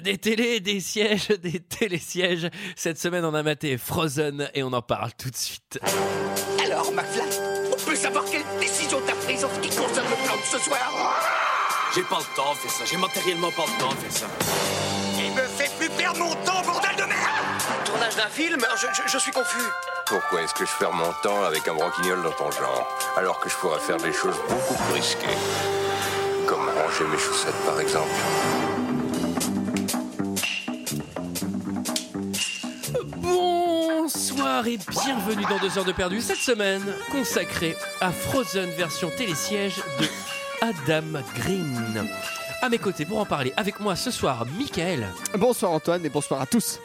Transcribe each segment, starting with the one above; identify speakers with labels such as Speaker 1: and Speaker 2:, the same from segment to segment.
Speaker 1: Des télés, des sièges, des télésièges. Cette semaine, on a maté Frozen et on en parle tout de suite.
Speaker 2: Alors, McFly, on peut savoir quelle décision t'as prise en ce qui concerne le plan de ce soir
Speaker 3: J'ai pas le temps de faire ça, j'ai matériellement pas le temps de faire ça.
Speaker 2: Il me fait plus perdre mon temps, bordel de merde
Speaker 4: Tournage d'un film je, je- je suis confus.
Speaker 5: Pourquoi est-ce que je perds mon temps avec un broquignol dans ton genre, alors que je pourrais faire des choses beaucoup plus risquées Comme ranger mes chaussettes, par exemple.
Speaker 1: Bonsoir et bienvenue dans 2 heures de perdu. Cette semaine, consacrée à Frozen version télésiège de Adam Green. À mes côtés pour en parler avec moi ce soir, Michael,
Speaker 6: Bonsoir Antoine et bonsoir à tous.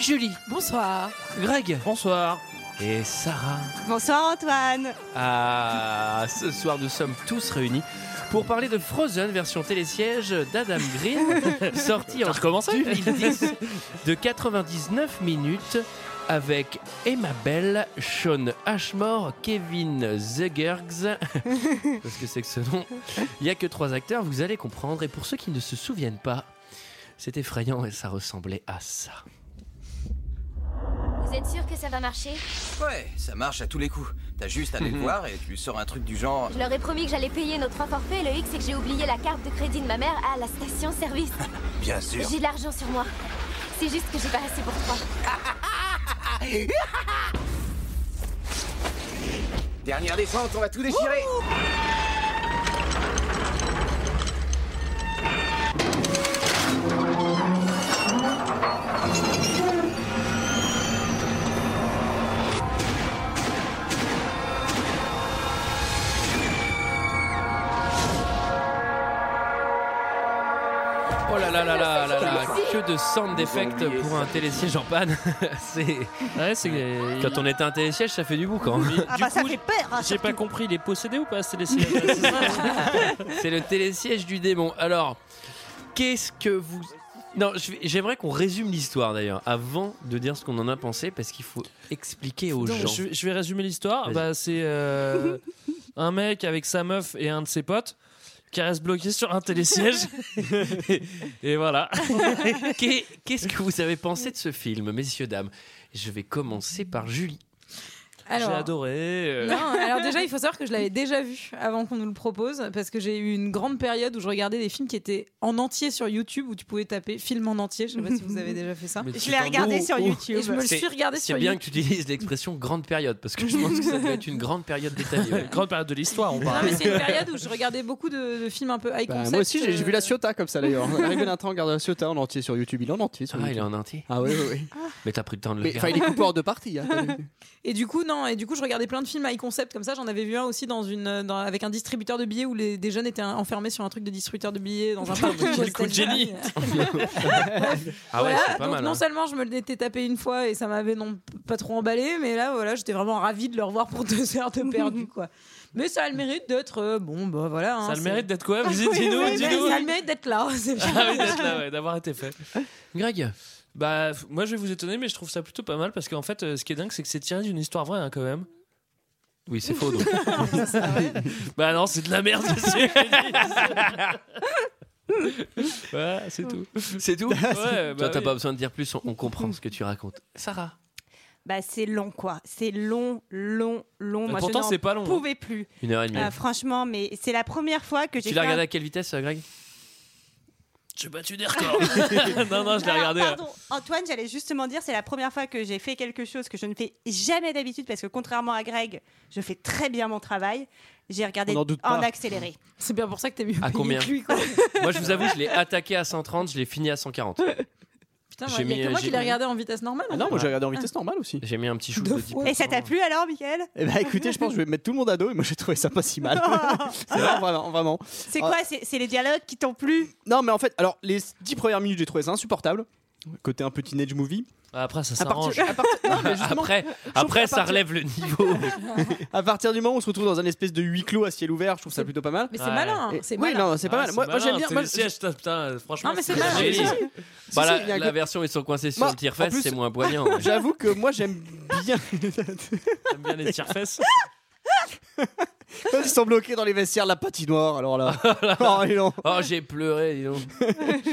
Speaker 1: Julie,
Speaker 7: Bonsoir.
Speaker 1: Greg. Bonsoir. Et Sarah.
Speaker 7: Bonsoir Antoine.
Speaker 8: Euh,
Speaker 1: Ah, ce soir nous sommes tous réunis pour parler de Frozen version télésiège d'Adam Green, sorti en 2010 de 99 minutes avec Emma Bell, Sean Ashmore, Kevin Zegers. Parce que c'est que ce nom. Il n'y a que trois acteurs, vous allez comprendre. Et pour ceux qui ne se souviennent pas, c'est effrayant et ça ressemblait à ça.
Speaker 9: Vous êtes sûr que ça va marcher
Speaker 10: Ouais, ça marche à tous les coups. T'as juste à aller le voir et tu lui sors un truc du genre.
Speaker 9: Je leur ai promis que j'allais payer nos trois forfaits. Le hic, c'est que j'ai oublié la carte de crédit de ma mère à la station-service.
Speaker 10: Bien sûr.
Speaker 9: J'ai de l'argent sur moi. C'est juste que j'ai pas assez pour trois.
Speaker 10: Dernière descente, on va tout déchirer.
Speaker 1: Oh là là là là là là,
Speaker 9: Merci.
Speaker 1: que de sound effect pour un télésiège en panne. c'est
Speaker 8: Ouais, c'est.
Speaker 1: quand on était un télésiège, ça fait du bouc hein.
Speaker 7: Ah
Speaker 8: Du
Speaker 7: bah ça
Speaker 8: coup,
Speaker 7: fait peur. hein,
Speaker 8: J'ai pas
Speaker 7: surtout.
Speaker 8: compris, il est possédé ou pas C'est les c'est ça
Speaker 1: C'est le télésiège du démon. Alors, qu'est-ce que vous Non, je vais- j'aimerais qu'on résume l'histoire d'ailleurs avant de dire ce qu'on en a pensé parce qu'il faut expliquer aux
Speaker 8: Non,
Speaker 1: gens.
Speaker 8: je, je vais résumer l'histoire.
Speaker 1: Vas-y.
Speaker 8: Bah, c'est euh, un mec avec sa meuf et un de ses potes qui reste bloqué sur un télésiège. et voilà.
Speaker 1: Qu'est- Qu'est-ce que vous avez pensé de ce film, messieurs dames Je vais commencer par Julie.
Speaker 8: J'ai
Speaker 7: Alors,
Speaker 8: adoré. euh,
Speaker 11: Non, alors déjà, il faut savoir que je l'avais déjà vu avant qu'on nous le propose, parce que j'ai eu une grande période où je regardais des films qui étaient en entier sur YouTube, où tu pouvais taper film en entier. Je sais pas si vous avez déjà fait ça.
Speaker 8: mais
Speaker 7: Ah, je
Speaker 8: tu
Speaker 7: l'ai
Speaker 8: t'en-
Speaker 7: regardé
Speaker 8: Ouh,
Speaker 7: sur
Speaker 8: ouh.
Speaker 7: YouTube.
Speaker 11: Et je me le
Speaker 1: C'est-
Speaker 11: suis regardé
Speaker 1: C'est
Speaker 11: sur
Speaker 1: bien que
Speaker 11: YouTube.
Speaker 1: tu utilises l'expression grande période parce que je pense que ça doit être une grande période de ta vie. ouais.
Speaker 8: Grande période de l'histoire, on
Speaker 11: Non,
Speaker 8: parle.
Speaker 11: mais c'est une période où je regardais beaucoup de, de films un peu high
Speaker 6: Bah,
Speaker 11: concept.
Speaker 6: moi aussi j'ai j'ai vu
Speaker 11: euh,
Speaker 6: la Ciota comme ça d'ailleurs. Arrivé d'un temps, regarde la Ciota en entier sur YouTube. Il est en entier sur
Speaker 1: Ah, il est
Speaker 6: YouTube.
Speaker 1: en entier.
Speaker 6: Ah oui, oui, oui.
Speaker 1: Mais t'as pris le temps de le
Speaker 6: Mais enfin,
Speaker 1: regarder.
Speaker 6: il est coupé hors de partie. hein.
Speaker 11: Et du coup, non, et du coup, je regardais plein de films high concept comme ça. J'en avais vu un aussi dans une, dans- avec un distributeur de billets où les, des jeunes étaient enfermés sur un truc de distributeur de billets dans un parc.
Speaker 8: Quel
Speaker 11: aux
Speaker 8: coup de
Speaker 11: États-Unis.
Speaker 1: Ah ouais,
Speaker 11: Voilà,
Speaker 1: c'est pas
Speaker 11: donc
Speaker 1: mal.
Speaker 11: non
Speaker 1: hein.
Speaker 11: seulement je me l'étais tapé une fois et ça m'avait non p- pas trop emballé, mais là voilà, j'étais vraiment ravie de le revoir pour deux heures de perdu quoi. Mais ça a le mérite d'être euh, bon bah voilà.
Speaker 8: Ça
Speaker 11: hein,
Speaker 8: a le
Speaker 11: c'est-
Speaker 8: mérite d'être quoi Vas-y,
Speaker 11: Oui,
Speaker 8: dis-nous,
Speaker 11: oui,
Speaker 8: dis-nous.
Speaker 11: mais Ça a le mérite d'être là. c'est bien.
Speaker 8: Ah oui, d'être là, ouais, d'avoir été fait.
Speaker 1: Greg,
Speaker 8: Bah, f- moi je vais vous étonner, mais je trouve ça plutôt pas mal parce qu'en fait, euh, ce qui est dingue, c'est que c'est tiré d'une histoire vraie hein, quand même.
Speaker 1: Oui, c'est faux. donc.
Speaker 7: Ah,
Speaker 8: Bah non, c'est de la merde, c'est ce que je dis. Voilà, c'est tout.
Speaker 1: c'est tout.
Speaker 8: Ouais,
Speaker 1: Toi,
Speaker 8: bah
Speaker 1: t'as
Speaker 8: oui.
Speaker 1: pas besoin de dire plus, on, on comprend ce que tu racontes. Sarah.
Speaker 7: Bah c'est long quoi. C'est long, long, long.
Speaker 8: Mais
Speaker 7: Moi
Speaker 8: pourtant,
Speaker 7: je
Speaker 8: c'est pas long. Ah,
Speaker 7: n'en
Speaker 8: hein.
Speaker 7: pouvais plus.
Speaker 1: Une heure et demie.
Speaker 7: Euh, franchement, mais c'est la première fois que j'ai.
Speaker 1: tu l'as
Speaker 7: fait un-
Speaker 1: regardé à quelle vitesse, euh, Greg
Speaker 8: J'ai battu des records. non, non, je l'ai
Speaker 7: Alors,
Speaker 8: regardé.
Speaker 7: Ah,
Speaker 8: euh.
Speaker 7: Pardon, Antoine, j'allais justement dire, c'est la première fois que j'ai fait quelque chose que je ne fais jamais d'habitude parce que contrairement à Greg, je fais très bien mon travail. J'ai regardé
Speaker 6: On n'en doute pas.
Speaker 7: en accéléré.
Speaker 11: C'est bien pour ça que t'es mieux.
Speaker 1: À
Speaker 11: payé
Speaker 1: combien
Speaker 11: que lui, quoi.
Speaker 1: Moi, je vous avoue, je l'ai attaqué à 130, je l'ai fini à 140.
Speaker 11: Putain,
Speaker 1: J'ai
Speaker 11: il y a
Speaker 1: mis-
Speaker 11: que moi qui
Speaker 1: j'ai-
Speaker 11: l'ai regardé en vitesse normale. hein.
Speaker 6: Ah non, moi j'ai regardé en vitesse normale aussi.
Speaker 1: J'ai mis un petit shoot
Speaker 11: Deux
Speaker 1: de 10
Speaker 11: fois.
Speaker 7: Et ça t'a plu alors, Michael
Speaker 6: Eh bah écoutez, je pense que je vais mettre tout le monde à dos et moi j'ai trouvé ça pas si mal. C'est vrai, vraiment, vraiment.
Speaker 7: C'est
Speaker 11: Ah.
Speaker 7: quoi C'est c'est les dialogues qui t'ont plu
Speaker 6: Non, mais en fait, alors les dix premières minutes j'ai trouvé ça insupportable. Côté un peu teenage movie.
Speaker 8: Après, ça
Speaker 6: À
Speaker 8: s'arrange.
Speaker 6: partir, à partir- non, mais justement,
Speaker 1: Après, après ça relève le niveau.
Speaker 6: à partir du moment où on se retrouve dans un espèce de huis clos à ciel ouvert, je trouve ça plutôt pas mal.
Speaker 11: Mais c'est
Speaker 8: Ouais.
Speaker 11: malin. hein,
Speaker 6: Et-
Speaker 11: C'est
Speaker 6: oui,
Speaker 11: malin.
Speaker 6: non, c'est pas
Speaker 1: Ah,
Speaker 8: Ouais,
Speaker 6: mal. Moi, moi,
Speaker 8: malin,
Speaker 6: j'aime bien.
Speaker 8: t'es
Speaker 6: moi,
Speaker 8: le siège, putain,
Speaker 1: euh,
Speaker 8: putain, franchement.
Speaker 11: Non, mais c'est
Speaker 8: c'est-
Speaker 11: malin.
Speaker 1: Génie.
Speaker 6: si, il
Speaker 1: Bah,
Speaker 6: y
Speaker 1: la,
Speaker 6: a un
Speaker 1: la
Speaker 6: côté-
Speaker 1: version, ils sont coincés sur
Speaker 6: Moi,
Speaker 1: le tire-fesse,
Speaker 6: en plus-
Speaker 1: c'est moins poignant.
Speaker 6: J'avoue que moi j'aime bien.
Speaker 8: J'aime bien les tire-fesses.
Speaker 6: Ils sont bloqués dans les vestiaires de la patinoire, alors là. oh, et non.
Speaker 1: Oh, j'ai pleuré, dis donc.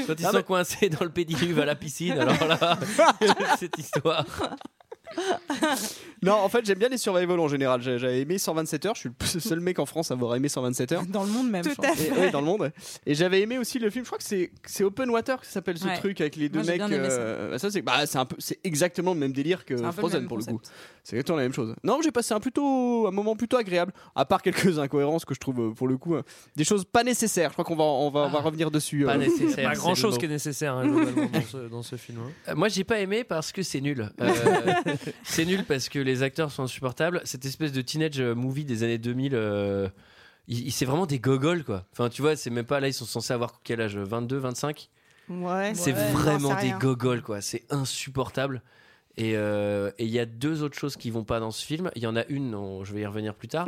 Speaker 1: Quand ils
Speaker 6: Non,
Speaker 1: sont
Speaker 6: mais-
Speaker 1: coincés dans le pédiluve à la piscine, alors là, cette histoire.
Speaker 6: Non, en fait, j'aime bien les survival en général. J'ai- J'avais aimé 127 heures. Je suis le seul mec en France à avoir aimé 127 heures.
Speaker 11: Dans le monde même. je
Speaker 7: Tout
Speaker 11: pense.
Speaker 7: à
Speaker 6: Et,
Speaker 7: fait.
Speaker 6: ouais, dans le monde. Et j'avais aimé aussi le film. Je crois que c'est c'est Open Water que s'appppelle ce
Speaker 11: Ouais.
Speaker 6: truc avec les deux
Speaker 11: Moi, j'ai
Speaker 6: mecs.
Speaker 11: bien aimé ça.
Speaker 6: euh, ça, c'est bah, c'est un peu, c'est exactement le même délire que
Speaker 11: C'est un peu le
Speaker 6: Euh, Frozen
Speaker 11: même
Speaker 6: pour le coup.
Speaker 11: concept.
Speaker 6: C'est exactement la même chose. Non, j'ai passé un plutôt un moment plutôt agréable. À part quelques incohérences que je trouve euh, pour le coup euh, des choses pas nécessaires. Je crois qu'on va on va, on
Speaker 11: Ah.
Speaker 6: va revenir dessus.
Speaker 1: Pas
Speaker 6: euh,
Speaker 1: nécessaire.
Speaker 8: Pas
Speaker 1: c'est
Speaker 8: grand chose
Speaker 1: le
Speaker 8: qui est nécessaire hein, globalement, dans, ce, dans ce film. hein.
Speaker 1: Euh, Moi, j'ai pas aimé parce que c'est nul. Euh, c'est nul parce que les acteurs sont insupportables. Cette espèce de teenage movie des années 2000, euh, il- il- c'est vraiment des gogoles, quoi. Enfin, tu vois, c'est même pas là, ils sont censés avoir quel âge 22, 25
Speaker 7: Ouais,
Speaker 1: C'est
Speaker 7: ouais, j'en
Speaker 1: vraiment
Speaker 7: sais
Speaker 1: des
Speaker 7: rien.
Speaker 1: gogoles, quoi. C'est insupportable. Et euh, et il y a deux autres choses qui vont pas dans ce film. Il y en a une, on- je vais y revenir plus tard.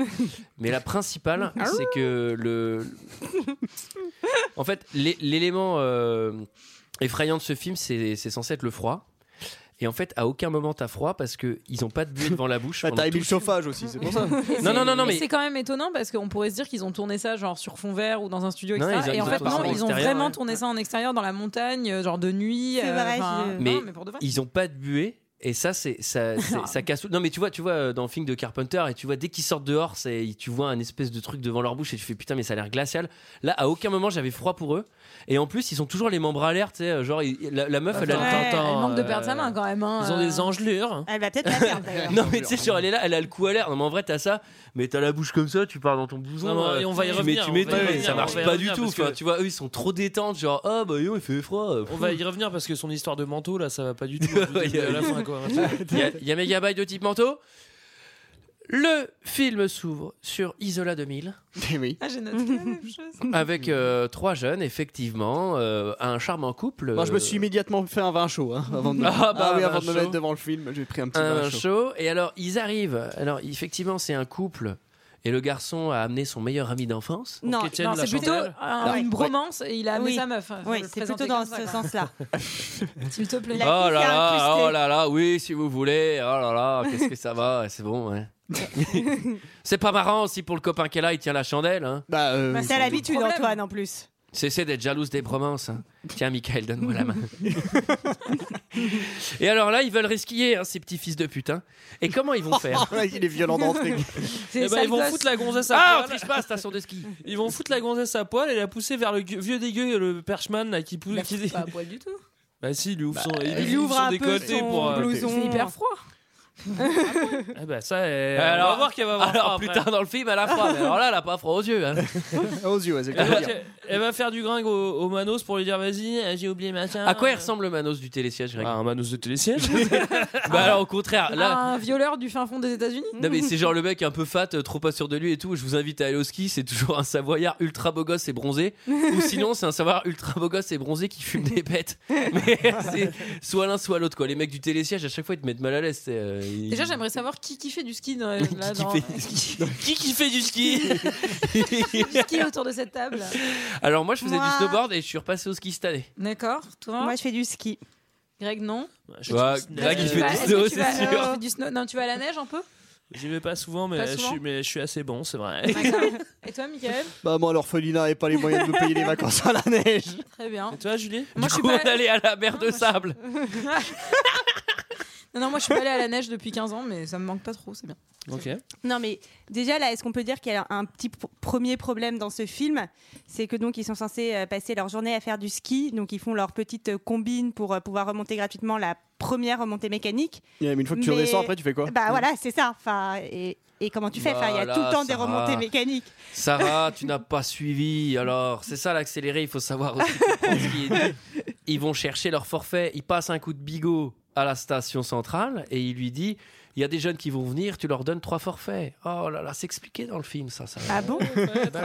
Speaker 1: Mais la principale,
Speaker 7: Ah.
Speaker 1: c'est que le. En fait, l'é- l'élément euh, effrayant de ce film, c'est c'est censé être le froid. Et en fait, à aucun moment t'as froid parce qu'ils n'ont pas de buée devant la bouche.
Speaker 6: Ah,
Speaker 1: pendant
Speaker 6: T'as
Speaker 1: tout
Speaker 6: aimé le
Speaker 1: le film.
Speaker 6: chauffage aussi, c'est pour ça.
Speaker 1: Non, non, non, non,
Speaker 11: Mais
Speaker 1: mais
Speaker 11: c'est quand même étonnant parce qu'on pourrait se dire qu'ils ont tourné ça genre sur fond vert ou dans un studio,
Speaker 1: Non,
Speaker 11: etc.
Speaker 1: ils ont-
Speaker 11: et
Speaker 1: ils
Speaker 11: en
Speaker 1: ont
Speaker 11: fait,
Speaker 1: tourné
Speaker 11: non,
Speaker 1: ça en
Speaker 11: ils ont
Speaker 1: extérieur,
Speaker 11: vraiment
Speaker 1: ouais.
Speaker 11: tourné ça en extérieur dans la montagne, euh, genre de nuit.
Speaker 7: C'est
Speaker 11: euh,
Speaker 7: vrai,
Speaker 11: enfin,
Speaker 7: je-
Speaker 11: non,
Speaker 1: Mais-
Speaker 11: mais pour de vrai.
Speaker 1: ils ont pas de buée et ça c'est ça, c'est- ça casse tout. non mais tu vois tu vois euh, dans le film de Carpenter et tu vois dès qu'ils sortent dehors c'est tu vois un espèce de truc devant leur bouche et tu fais putain mais ça a l'air glacial là à aucun moment j'avais froid pour eux et en plus ils sont toujours les membres à l'air tu sais euh, genre ils- la, la meuf elle a
Speaker 8: Attends,
Speaker 1: le-
Speaker 7: Ouais,
Speaker 8: attends,
Speaker 11: Elle manque de
Speaker 8: euh,
Speaker 11: perdre sa main quand même. hein,
Speaker 8: Ils ont
Speaker 11: euh.
Speaker 8: des engelures.
Speaker 7: Elle va peut-être la perdre d'ailleurs.
Speaker 1: non mais tu sais genre elle est là elle a le cou à l'air non mais en vrai t'as ça mais t'as la bouche comme ça tu pars dans ton blouson
Speaker 8: Non, mais
Speaker 1: euh,
Speaker 8: et on va y
Speaker 1: tu
Speaker 8: revenir,
Speaker 1: mets- tu
Speaker 8: on
Speaker 1: mets
Speaker 8: va y
Speaker 1: tout,
Speaker 8: revenir,
Speaker 1: ça
Speaker 8: on
Speaker 1: marche
Speaker 8: va y
Speaker 1: pas du
Speaker 8: revenir,
Speaker 1: tout
Speaker 8: parce
Speaker 1: enfin,
Speaker 8: que-
Speaker 1: tu vois eux ils sont trop détentes genre ah bah yo il fait froid
Speaker 8: On va y revenir parce que son histoire de manteau là, ça va pas du tout. hein, du
Speaker 1: Ouais,
Speaker 8: début à la
Speaker 1: ouais.
Speaker 8: fin, quoi.
Speaker 1: Il y a, il y a Megabyte de type manteau. Le film s'ouvre sur Isola 2000
Speaker 6: Eh oui.
Speaker 11: Ah, j'ai noté la même chose.
Speaker 1: avec euh, trois jeunes, effectivement, euh, un charmant couple.
Speaker 6: Moi, Bah, je
Speaker 1: euh,
Speaker 6: me suis immédiatement fait un vin chaud hein, avant de me,
Speaker 1: Ah, bah,
Speaker 6: oui,
Speaker 1: un
Speaker 6: avant
Speaker 1: vin
Speaker 6: de me
Speaker 1: chaud.
Speaker 6: mettre devant le film. J'ai pris un petit
Speaker 1: un
Speaker 6: vin chaud.
Speaker 1: show. Et alors, ils arrivent. Alors, effectivement, c'est un couple. Et le garçon a amené son meilleur ami d'enfance.
Speaker 7: Non,
Speaker 8: Donc, Étienne,
Speaker 11: Non,
Speaker 8: la
Speaker 11: c'est plutôt
Speaker 8: chandelle.
Speaker 11: un-
Speaker 7: Ouais.
Speaker 11: une bromance et il a amené
Speaker 7: Oui.
Speaker 11: sa meuf. Faut
Speaker 7: oui,
Speaker 11: le
Speaker 7: c'est plutôt
Speaker 11: présenter
Speaker 7: dans
Speaker 11: comme ça,
Speaker 7: ce
Speaker 11: quoi.
Speaker 7: sens-là.
Speaker 11: S'il te plaît.
Speaker 7: La-
Speaker 1: oh là
Speaker 7: fille qui a
Speaker 1: là,
Speaker 7: incrusté.
Speaker 1: oh là là, oui, si vous voulez. Oh là là, qu'est-ce que ça va, c'est bon. ouais. c'est pas marrant si pour le copain qu'elle a, il tient la chandelle. hein.
Speaker 6: Bah, euh,
Speaker 7: Bah, c'est à l'habitude,
Speaker 11: problème.
Speaker 7: Antoine, en plus.
Speaker 1: Cessez d'être jalouse des bromances. hein. Tiens, Michael, donne-moi la main. Et alors là, ils veulent resquiller, hein, ces petits fils de putain. Et comment ils vont faire
Speaker 6: il est violent d'entrée.
Speaker 8: Eh
Speaker 11: C'est
Speaker 8: ben,
Speaker 11: sale
Speaker 8: ils vont
Speaker 11: gosse.
Speaker 8: foutre la gonzesse à
Speaker 1: Ah, on
Speaker 8: poil.
Speaker 1: triche pas, station de ski.
Speaker 8: Ils vont foutre la gonzesse à poil et la pousser vers le gue- vieux dégueu, le perchman là qui pousse.
Speaker 11: Bah,
Speaker 8: qui-
Speaker 11: c'est pas à poil du tout.
Speaker 8: Bah si, il lui ouvre son, il
Speaker 7: Il ouvre
Speaker 8: son
Speaker 7: un peu
Speaker 8: décolleté
Speaker 7: son
Speaker 8: pour. euh,
Speaker 7: blouson.
Speaker 11: C'est hyper froid.
Speaker 8: Ah bah ça, euh,
Speaker 1: Alors-
Speaker 8: on va voir qu'elle va avoir froid
Speaker 1: Alors
Speaker 8: après.
Speaker 1: plus tard dans le film, elle a froid. Mais alors là, elle a pas froid aux yeux. hein.
Speaker 6: Aux yeux, ouais, c'est le cas
Speaker 8: Elle
Speaker 6: de
Speaker 8: va,
Speaker 6: dire.
Speaker 8: elle va faire du gringue au, au Manos pour lui dire vas-y, euh, j'ai oublié machin.
Speaker 1: À quoi il ressemble le Manos du télésiège, Greg
Speaker 8: Ah, un Manos de télésiège
Speaker 1: Bah alors au contraire, là.
Speaker 11: Un violeur du fin fond des États-Unis.
Speaker 1: Non mais c'est genre le mec un peu fat, euh, trop pas sûr de lui et tout. Je vous invite à aller au ski, c'est toujours un Savoyard ultra beau gosse et bronzé, ou sinon c'est un Savoyard ultra beau gosse et bronzé qui fume des pètes. Mais c'est soit l'un soit l'autre quoi. Les mecs du télésiège à chaque fois ils te mettent mal à l'aise. c'est, euh, ils-
Speaker 11: Déjà, j'aimerais savoir qui qui fait du ski dans, là,
Speaker 1: Qui
Speaker 11: dans-
Speaker 1: fait-
Speaker 8: Qui qui fait du ski
Speaker 11: du ski autour de cette table.
Speaker 1: Alors moi je faisais
Speaker 7: Moi.
Speaker 1: du snowboard et je suis repassé au ski cette année.
Speaker 11: D'accord, toi
Speaker 7: Moi, je fais du ski.
Speaker 11: Greg, non.
Speaker 1: Ouais, Greg, il
Speaker 11: Est-ce
Speaker 1: fait
Speaker 11: que tu
Speaker 1: du
Speaker 11: vas-
Speaker 1: snow,
Speaker 11: est-ce que tu vas-
Speaker 1: c'est
Speaker 11: tu
Speaker 1: sûr.
Speaker 11: fais du snow- Non, tu vas à la neige un peu
Speaker 8: J'y vais pas souvent, mais,
Speaker 11: Pas
Speaker 8: Je,
Speaker 11: souvent
Speaker 8: suis, mais je suis assez bon, c'est vrai.
Speaker 11: D'accord. Et toi, Michael
Speaker 6: Bah, moi, l'orphelinat et pas les moyens de nous payer les vacances à la neige.
Speaker 11: Très bien.
Speaker 8: Et toi, Julie
Speaker 11: Moi, je
Speaker 1: du
Speaker 11: suis
Speaker 1: coup
Speaker 11: pas
Speaker 1: on allait à la mer
Speaker 11: Non,
Speaker 1: de
Speaker 11: moi, je-
Speaker 1: sable.
Speaker 11: Non, non, moi, je suis pas allée à la neige depuis 15 ans, mais ça me manque pas trop, c'est bien.
Speaker 8: Ok.
Speaker 7: Non, mais déjà, là, est-ce qu'on peut dire qu'il y a un petit pro- premier problème dans ce film C'est que donc, ils sont censés euh, passer leur journée à faire du ski. Donc, ils font leur petite euh, combine pour euh, pouvoir remonter gratuitement la première remontée mécanique.
Speaker 6: Yeah, mais une fois que tu
Speaker 7: Mais-
Speaker 6: redescends, après, tu fais quoi
Speaker 7: Bah voilà, c'est ça. Enfin, et, et comment tu fais Enfin, Il y a
Speaker 1: Voilà,
Speaker 7: tout le temps des
Speaker 1: ça va.
Speaker 7: remontées mécaniques.
Speaker 1: Sarah, tu n'as pas suivi. Alors, c'est ça l'accéléré, il faut savoir aussi comprendre ce qui est dit. Ils vont chercher leur forfait, ils passent un coup de bigot à la station centrale et il lui dit il y a des jeunes qui vont venir, tu leur donnes trois forfaits. Oh là là, c'est expliqué dans le film ça. ça.
Speaker 7: Ah bon
Speaker 8: bah,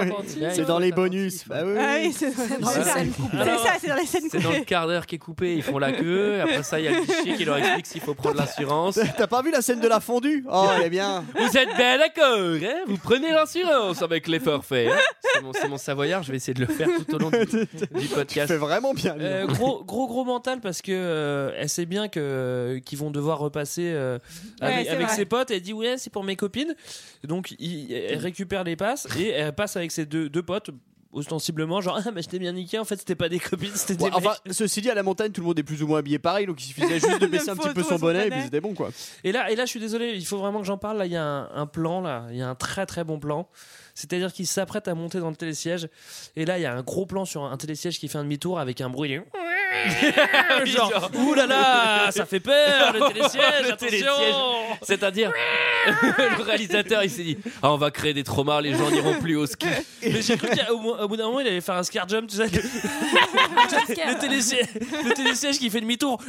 Speaker 6: C'est dans les bonus. Bah, oui, oui.
Speaker 7: Ah oui, c'est c'est
Speaker 11: Dans les
Speaker 7: ça.
Speaker 11: scènes coupées.
Speaker 7: C'est ça, c'est dans les scènes
Speaker 1: C'est dans le
Speaker 7: coupées.
Speaker 1: quart d'heure qui est coupé, ils font la queue. Après ça, il y a le guichet qui leur explique s'il faut prendre l'assurance.
Speaker 6: T'as pas vu la scène de la fondue Oh, elle est bien.
Speaker 1: Vous êtes bien d'accord, hein Vous prenez l'assurance avec les forfaits. hein c'est mon, c'est mon savoyard, je vais essayer de le faire tout au long du, du
Speaker 6: Tu
Speaker 1: podcast.
Speaker 6: fais vraiment bien. hein. dis donc.
Speaker 8: Euh, gros gros gros mental parce que euh, elle sait bien que euh, qu'ils vont devoir repasser euh, avec avec,
Speaker 1: c'est
Speaker 8: avec
Speaker 1: vrai.
Speaker 8: ses potes, elle dit ouais c'est pour mes copines. Donc il- elle récupère les passes et elle passe avec ses deux, deux potes ostensiblement genre ah mais je t'ai bien niqué en fait c'était pas des copines c'était des
Speaker 6: Ouais,
Speaker 8: mecs.
Speaker 6: enfin, ceci dit, à la montagne, tout le monde est plus ou moins habillé pareil, donc il suffisait juste de baisser un petit peu son bonnet et puis c'était bon
Speaker 1: Bah,
Speaker 6: quoi.
Speaker 8: Et là, et là, je suis désolé, il faut vraiment que j'en parle. Là, il y a un, un plan, là, il y a un très très bon plan. C'est-à-dire qu'il s'apprête à monter dans le télésiège. Et là, il y a un gros plan sur un télésiège qui fait un demi-tour avec un bruit. Genre, ouh là là, ça fait peur, le télésiège,
Speaker 1: Le
Speaker 8: attention
Speaker 1: télésiège. C'est-à-dire, le réalisateur, il s'est dit Ah, on va créer des traumas, les gens n'iront plus au ski.
Speaker 8: Mais j'ai cru qu'au moins- au bout d'un moment, il allait faire un scare jump, tu sais. Le, le télésiège, le télésiège qui fait demi-tour.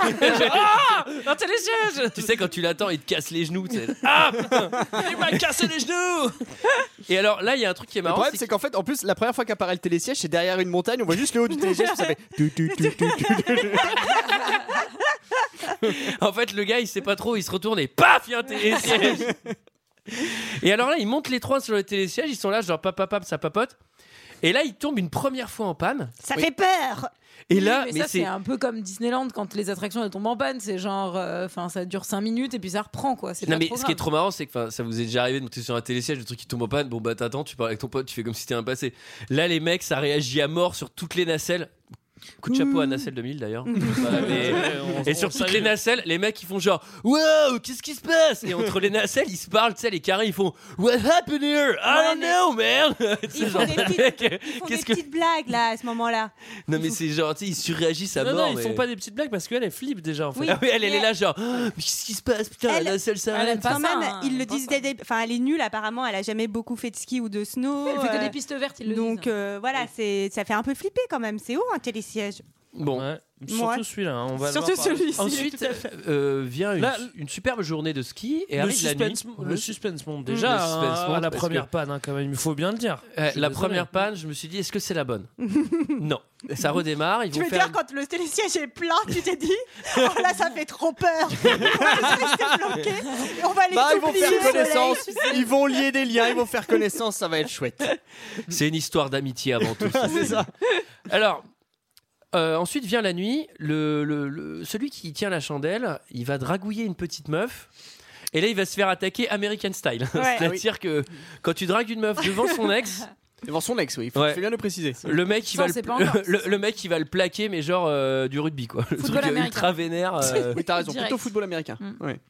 Speaker 8: Ah, un télésiège
Speaker 1: Tu sais, quand tu l'attends, il te casse les genoux. tu sais.
Speaker 8: Ah, putain, il m'a cassé les genoux
Speaker 1: Et alors là, il y a un truc qui est
Speaker 6: Le
Speaker 1: marrant.
Speaker 6: problème, c'est qu'en fait, en plus, la première fois qu'apparaît le télésiège, c'est derrière une montagne, on voit juste le haut du télésiège, puis ça fait. tu, tu, tu, tu, tu, tu.
Speaker 1: En fait, le gars, il sait pas trop, il se retourne et paf, il y a un télésiège. et alors là, ils montent les trois sur le télésiège, ils sont là, genre papa, papa, ça papote. Et là, il tombe une première fois en panne.
Speaker 7: Ça fait peur.
Speaker 1: Et
Speaker 11: Oui,
Speaker 1: là,
Speaker 11: mais,
Speaker 1: mais
Speaker 11: ça
Speaker 1: c'est.
Speaker 11: c'est un peu comme Disneyland quand les attractions elles tombent en panne, c'est genre, euh, enfin ça dure 5 minutes et puis ça reprend quoi. C'est
Speaker 1: Non
Speaker 11: pas
Speaker 1: mais
Speaker 11: trop
Speaker 1: ce qui est
Speaker 11: grave.
Speaker 1: trop marrant c'est que enfin, ça vous est déjà arrivé de monter sur un télésiège le truc qui tombe en panne bon bah t'attends tu parles avec ton pote tu fais comme si t'étais un passé là les mecs ça réagit à mort sur toutes les nacelles coup de chapeau à
Speaker 11: Mmh.
Speaker 1: nacelle 2000 d'ailleurs Voilà, mais-
Speaker 8: euh,
Speaker 1: et sur toutes les nacelles les mecs ils font genre waouh qu'est-ce qui se passe et entre les nacelles ils se parlent tu sais les carrés ils font what happened here I don't know man C'est
Speaker 7: Ils font
Speaker 1: genre,
Speaker 7: des
Speaker 1: le
Speaker 7: petites-
Speaker 1: mec,
Speaker 7: ils font des
Speaker 1: qu'est-ce que
Speaker 7: petites blagues là à ce moment-là.
Speaker 1: non mais c'est genre tu sais ils surréagissent à
Speaker 8: Non,
Speaker 1: mort
Speaker 8: non, ils
Speaker 1: mais-
Speaker 8: font pas des petites blagues parce qu'elle, elle flippe déjà en fait.
Speaker 7: Oui.
Speaker 1: ah oui elle, elle
Speaker 7: Mais-
Speaker 1: est là genre Ah, mais qu'est-ce qui se passe putain
Speaker 7: Elle-
Speaker 1: la nacelle ça
Speaker 11: elle aime
Speaker 1: arrête.
Speaker 11: pas
Speaker 7: Quand
Speaker 11: ça,
Speaker 7: même,
Speaker 11: hein,
Speaker 7: ils le
Speaker 11: pas
Speaker 7: disent
Speaker 11: ça.
Speaker 7: dès des- Enfin, elle est nulle apparemment. Elle a jamais beaucoup fait de ski ou de snow.
Speaker 11: Elle fait que
Speaker 7: euh,
Speaker 11: des pistes vertes, ils le
Speaker 7: donc
Speaker 11: disent.
Speaker 7: euh, voilà, c'est ça fait un peu flipper quand même. C'est haut un télésiège.
Speaker 1: bon
Speaker 8: Ouais. Surtout
Speaker 7: Moi.
Speaker 8: celui-là, hein, on va le
Speaker 7: Surtout
Speaker 8: voir par-
Speaker 7: celui-ci.
Speaker 1: Ensuite euh, vient une,
Speaker 8: Là,
Speaker 1: une superbe journée de ski et
Speaker 8: le
Speaker 1: arrive la nuit.
Speaker 8: suspense, le suspense
Speaker 7: Mm.
Speaker 8: monte
Speaker 1: Mmh.
Speaker 8: déjà
Speaker 1: Le suspense
Speaker 8: hein,
Speaker 1: monte
Speaker 8: à la
Speaker 1: parce
Speaker 8: première
Speaker 1: que-
Speaker 8: panne hein, quand même, il faut bien le dire.
Speaker 1: Euh,
Speaker 8: Je suis
Speaker 1: la
Speaker 8: désolé.
Speaker 1: première panne, je me suis dit, est-ce que c'est la bonne Non. Ça redémarre, ils
Speaker 7: Tu
Speaker 1: vont
Speaker 7: veux
Speaker 1: faire.
Speaker 7: dire quand le télésiège est plein, euh, tu t'es dit oh là ça fait trop peur. on va juste rester bloqué et on va aller
Speaker 6: Bah, ils
Speaker 7: tout
Speaker 6: vont
Speaker 7: plier
Speaker 6: faire
Speaker 7: au soleil.
Speaker 6: connaissance, ils vont lier des liens, ils vont faire connaissance, ça va être chouette.
Speaker 1: C'est une histoire d'amitié avant tout.
Speaker 6: C'est ça.
Speaker 1: Alors, euh, ensuite vient la nuit. Le, le- le- celui qui tient la chandelle, il va dragouiller une petite meuf. Et là, il va se faire attaquer American style.
Speaker 7: Ouais.
Speaker 1: C'est-à-dire que quand tu dragues une meuf devant son ex,
Speaker 6: Devant son ex, oui, il faut,
Speaker 1: Ouais.
Speaker 6: faut bien le préciser.
Speaker 1: le mec, il
Speaker 11: Ça,
Speaker 1: va
Speaker 11: on sait pas encore,
Speaker 1: le, le- le mec, il va le plaquer, mais genre euh, du rugby, quoi. Le
Speaker 11: Football
Speaker 1: truc euh,
Speaker 11: américain.
Speaker 1: ultra vénère. euh,
Speaker 6: Oui, t'as raison,
Speaker 11: Direct.
Speaker 6: plutôt football américain.
Speaker 11: Mm.
Speaker 6: Ouais.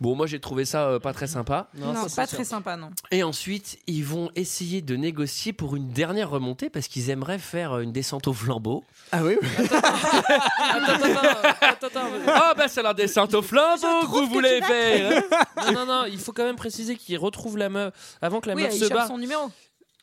Speaker 1: Bon, moi, j'ai trouvé ça euh, pas très sympa.
Speaker 11: Non,
Speaker 8: ça,
Speaker 11: c'est pas très sympa non.
Speaker 1: Et ensuite, ils vont essayer de négocier pour une dernière remontée parce qu'ils aimeraient faire euh, une descente au flambeau.
Speaker 6: Ah oui, oui.
Speaker 8: Attends, attends, attends, attends, attends.
Speaker 1: Ah bah c'est la descente au flambeau que vous voulez faire hein.
Speaker 8: Non, non, non, il faut quand même préciser qu'il retrouve la meuf avant que la
Speaker 11: oui,
Speaker 8: meuf
Speaker 11: il
Speaker 8: se
Speaker 11: chope
Speaker 8: barre.
Speaker 11: son numéro.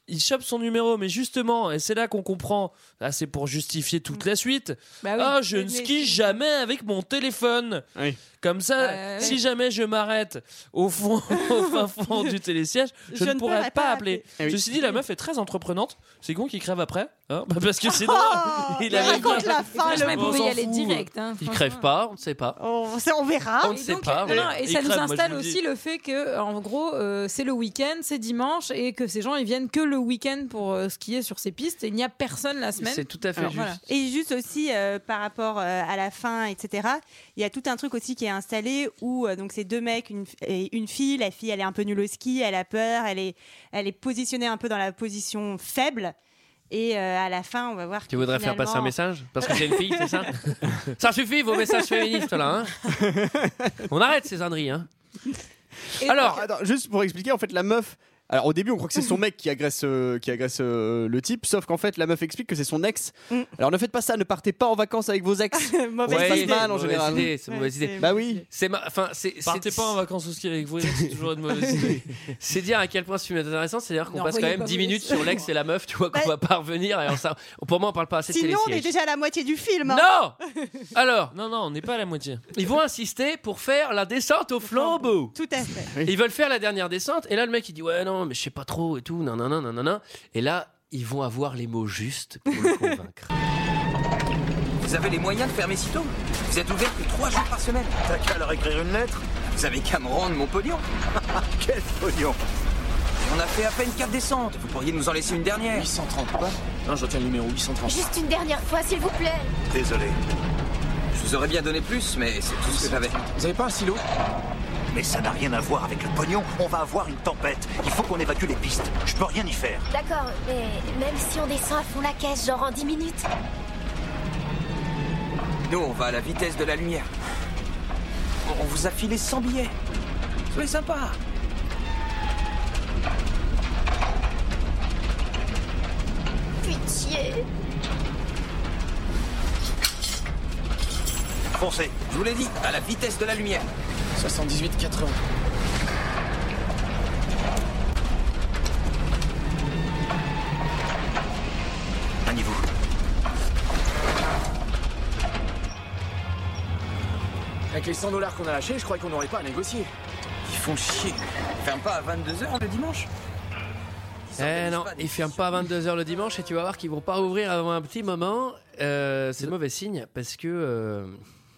Speaker 8: Il chope son numéro, mais justement, et c'est là qu'on comprend. Là, c'est pour justifier toute la suite.
Speaker 11: Bah oui.
Speaker 8: Ah, je ne
Speaker 7: Mais-
Speaker 8: skie jamais avec mon téléphone.
Speaker 6: Oui.
Speaker 8: Comme ça,
Speaker 11: Ouais, ouais,
Speaker 8: si
Speaker 11: ouais.
Speaker 8: jamais je m'arrête au fond, au fin fond du télésiège, je, ne pourrai pas, appeler.
Speaker 6: Ah
Speaker 1: Eh
Speaker 6: oui.
Speaker 8: Ceci dit, la meuf est très entreprenante. C'est con qu'il crève après, hein, bah, parce que sinon,
Speaker 11: Ah
Speaker 7: Oh,
Speaker 8: il
Speaker 7: mais
Speaker 8: avait
Speaker 7: raconte la fin.
Speaker 11: Franchement,
Speaker 7: le-
Speaker 11: il
Speaker 8: on
Speaker 11: pouvait
Speaker 8: s'en
Speaker 11: y aller
Speaker 8: fout.
Speaker 11: direct. Hein,
Speaker 1: Ils
Speaker 11: franchement. Ah,
Speaker 1: crèvent pas, on ne sait pas.
Speaker 7: On, ça, on verra.
Speaker 1: On ne
Speaker 11: Et
Speaker 1: sait
Speaker 11: donc,
Speaker 1: pas.
Speaker 11: non, non,
Speaker 1: ouais.
Speaker 11: et
Speaker 8: Ils
Speaker 11: ça nous
Speaker 8: crèvent, moi, je
Speaker 11: installe
Speaker 8: vous le
Speaker 11: aussi
Speaker 8: dis.
Speaker 11: le fait que, en gros, euh, c'est le week-end, c'est dimanche, et que ces gens ils viennent que le week-end pour euh, skier sur ces pistes. Et il n'y a personne la semaine.
Speaker 1: C'est tout à fait
Speaker 11: Alors,
Speaker 1: juste.
Speaker 11: voilà.
Speaker 7: Et juste aussi euh, par rapport euh, à la fin, etc. Il y a tout un truc aussi qui est installé où euh, donc c'est deux mecs, une, f- et une fille. La fille, elle est un peu nulle au ski, elle a peur, elle est, elle est positionnée un peu dans la position faible. Et euh, à la fin, on va voir.
Speaker 1: Tu voudrais faire passer un message Parce que c'est une fille, c'est ça Ça suffit vos messages féministes là. hein on arrête ces âneries. Hein.
Speaker 11: Et euh,
Speaker 1: Alors,
Speaker 6: Alors, attends, juste pour expliquer, en fait, la meuf. Alors, au début, on croit que c'est son mec qui agresse, euh, qui agresse euh, le type, sauf qu'en fait, la meuf explique que c'est son ex.
Speaker 7: Mm.
Speaker 6: Alors, ne faites pas ça, ne partez pas en vacances avec vos ex.
Speaker 7: Mauvaise
Speaker 6: Ouais,
Speaker 7: idée.
Speaker 6: passe mal, en
Speaker 1: mauvaise
Speaker 6: général.
Speaker 1: idée, c'est une mauvaise idée.
Speaker 6: bah oui.
Speaker 1: C'est ma- enfin, c'est-
Speaker 8: Partez
Speaker 1: c'est-
Speaker 8: pas en vacances au ski avec vous, c'est toujours une mauvaise idée.
Speaker 1: C'est dire à quel point ce film est intéressant, c'est-à-dire qu'on
Speaker 11: Non,
Speaker 1: passe quand
Speaker 11: voyez
Speaker 1: même
Speaker 11: pas
Speaker 1: 10
Speaker 11: vos
Speaker 1: minutes sur l'ex et la meuf, tu vois, qu'on
Speaker 7: Ouais.
Speaker 1: va pas revenir. Et on s'en- pour moi, on parle pas assez de
Speaker 7: Sinon, on est
Speaker 1: télésiège.
Speaker 7: déjà à la moitié du film. hein.
Speaker 1: Non Alors,
Speaker 8: Non, non, on n'est pas à la moitié.
Speaker 1: ils vont insister pour faire la descente au flambeau.
Speaker 7: Tout à fait.
Speaker 1: Ils veulent faire la dernière descente, et là, le mec, il dit Ouais, non, mais je sais pas trop, et tout, nanana, nanana. Et là, ils vont avoir les mots justes pour le convaincre.
Speaker 10: Vous avez les moyens de fermer si tôt Vous êtes ouvert que trois jours par semaine.
Speaker 2: T'as qu'à leur écrire une lettre
Speaker 10: Vous avez qu'à me rendre mon pognon.
Speaker 2: Quel pognon
Speaker 10: Et on a fait à peine quatre descentes. Vous pourriez nous en laisser une dernière.
Speaker 3: 830, quoi Non, je retiens le numéro 830.
Speaker 9: Juste une dernière fois, s'il vous plaît.
Speaker 2: Désolé.
Speaker 10: Je vous J'aurais bien donné plus, mais c'est tout ce que j'avais.
Speaker 2: Vous avez pas un silo Mais ça n'a rien à voir avec le pognon. On va avoir une tempête. Il faut qu'on évacue les pistes. Je peux rien y faire.
Speaker 9: D'accord, mais même si on descend à fond la caisse, genre en 10 minutes.
Speaker 10: Nous, on va à la vitesse de la lumière. On vous a filé 100 billets. Soyez sympa.
Speaker 9: Pitié.
Speaker 10: Foncez. Je vous l'ai dit, à la vitesse de la lumière.
Speaker 4: 78, 80.
Speaker 2: Maniez-vous.
Speaker 4: Avec les 100 dollars qu'on a lâchés, je crois qu'on n'aurait pas à négocier.
Speaker 10: Ils font chier. Ferme pas à 22h le dimanche.
Speaker 1: Eh non, ils ferment pas à 22h le dimanche et tu vas voir qu'ils vont pas ouvrir avant un petit moment. Euh, c'est mauvais signe parce que. euh,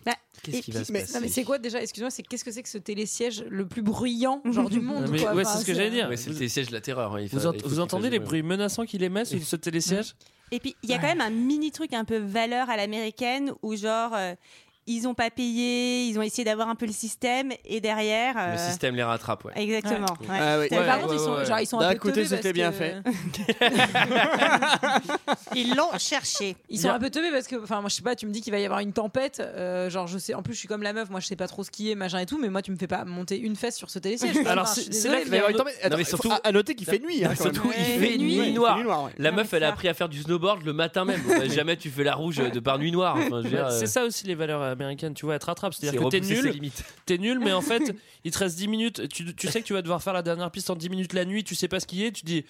Speaker 11: Bah,
Speaker 1: Qu'est-ce
Speaker 11: et
Speaker 1: qui va
Speaker 11: puis-
Speaker 1: se
Speaker 11: mais,
Speaker 1: passer
Speaker 11: non, mais c'est quoi déjà Excuse-moi, c'est qu'est-ce que c'est que ce télésiège le plus bruyant genre du monde
Speaker 8: Non, mais
Speaker 11: quoi.
Speaker 8: ouais,
Speaker 11: Enfin,
Speaker 8: c'est ce que j'allais dire.
Speaker 1: Ouais, c'est le siège de la terreur. hein, il
Speaker 8: Vous,
Speaker 1: fa-
Speaker 8: ent-
Speaker 1: il faut
Speaker 8: vous
Speaker 1: qu'il
Speaker 8: entendez
Speaker 1: fasse
Speaker 8: les
Speaker 1: du
Speaker 8: bruits menaçants qu'il émet sous ce télésiège
Speaker 7: Et puis, il y a quand même un mini truc un peu valeur à l'américaine où, genre, euh, ils ont pas payé, ils ont essayé d'avoir un peu le système et derrière.
Speaker 1: Le
Speaker 7: euh,
Speaker 1: système les rattrape, ouais.
Speaker 7: Exactement.
Speaker 1: Ouais.
Speaker 7: ouais.
Speaker 1: Ah ouais.
Speaker 7: Par
Speaker 1: Ouais,
Speaker 7: contre,
Speaker 1: ouais,
Speaker 7: ils sont,
Speaker 1: ouais, ouais.
Speaker 7: genre, ils sont un
Speaker 6: D'un
Speaker 7: peu
Speaker 6: côté,
Speaker 7: teubés
Speaker 6: c'était
Speaker 7: parce
Speaker 6: bien
Speaker 7: que-
Speaker 6: fait.
Speaker 7: Ils l'ont cherché.
Speaker 11: Ils sont un peu teubés parce que, enfin, moi je sais pas, tu me dis qu'il va y avoir une tempête. euh, genre, je sais, en plus, je suis comme la meuf, moi je sais pas trop skier, machin et tout, mais moi tu me fais pas monter une fesse sur ce télésiège. quoi.
Speaker 8: Alors,
Speaker 11: Enfin,
Speaker 8: c'est-
Speaker 11: je suis
Speaker 8: c'est là
Speaker 11: désolée,
Speaker 8: qu'il va
Speaker 11: mais-
Speaker 8: y avoir une
Speaker 6: Non,
Speaker 8: tempête.
Speaker 6: mais,
Speaker 8: Non, mais
Speaker 6: surtout,
Speaker 8: surtout-
Speaker 6: à noter qu'il fait nuit. hein,
Speaker 1: Non,
Speaker 6: quand
Speaker 1: surtout,
Speaker 6: même.
Speaker 1: il
Speaker 11: Ouais,
Speaker 1: fait
Speaker 11: il
Speaker 1: nuit,
Speaker 11: fait nuit,
Speaker 1: noire.
Speaker 6: il fait nuit noire, ouais.
Speaker 1: La
Speaker 7: Non,
Speaker 1: meuf,
Speaker 7: mais
Speaker 1: elle a
Speaker 7: ça-
Speaker 1: appris à faire du snowboard le matin même. Euh, Jamais tu fais la rouge euh, de par nuit noire. Enfin, je veux dire, euh,
Speaker 8: Bah, C'est ça aussi les valeurs américaines, tu vois, elles te rattrapent. C'est-à-dire que t'es
Speaker 1: repousser ses
Speaker 8: nul,
Speaker 1: limites.
Speaker 8: t'es nul, mais en fait, il te reste 10 minutes. Tu, tu sais que tu vas devoir faire la dernière piste en 10 minutes la nuit, tu sais pas ce qu'il y est, tu dis,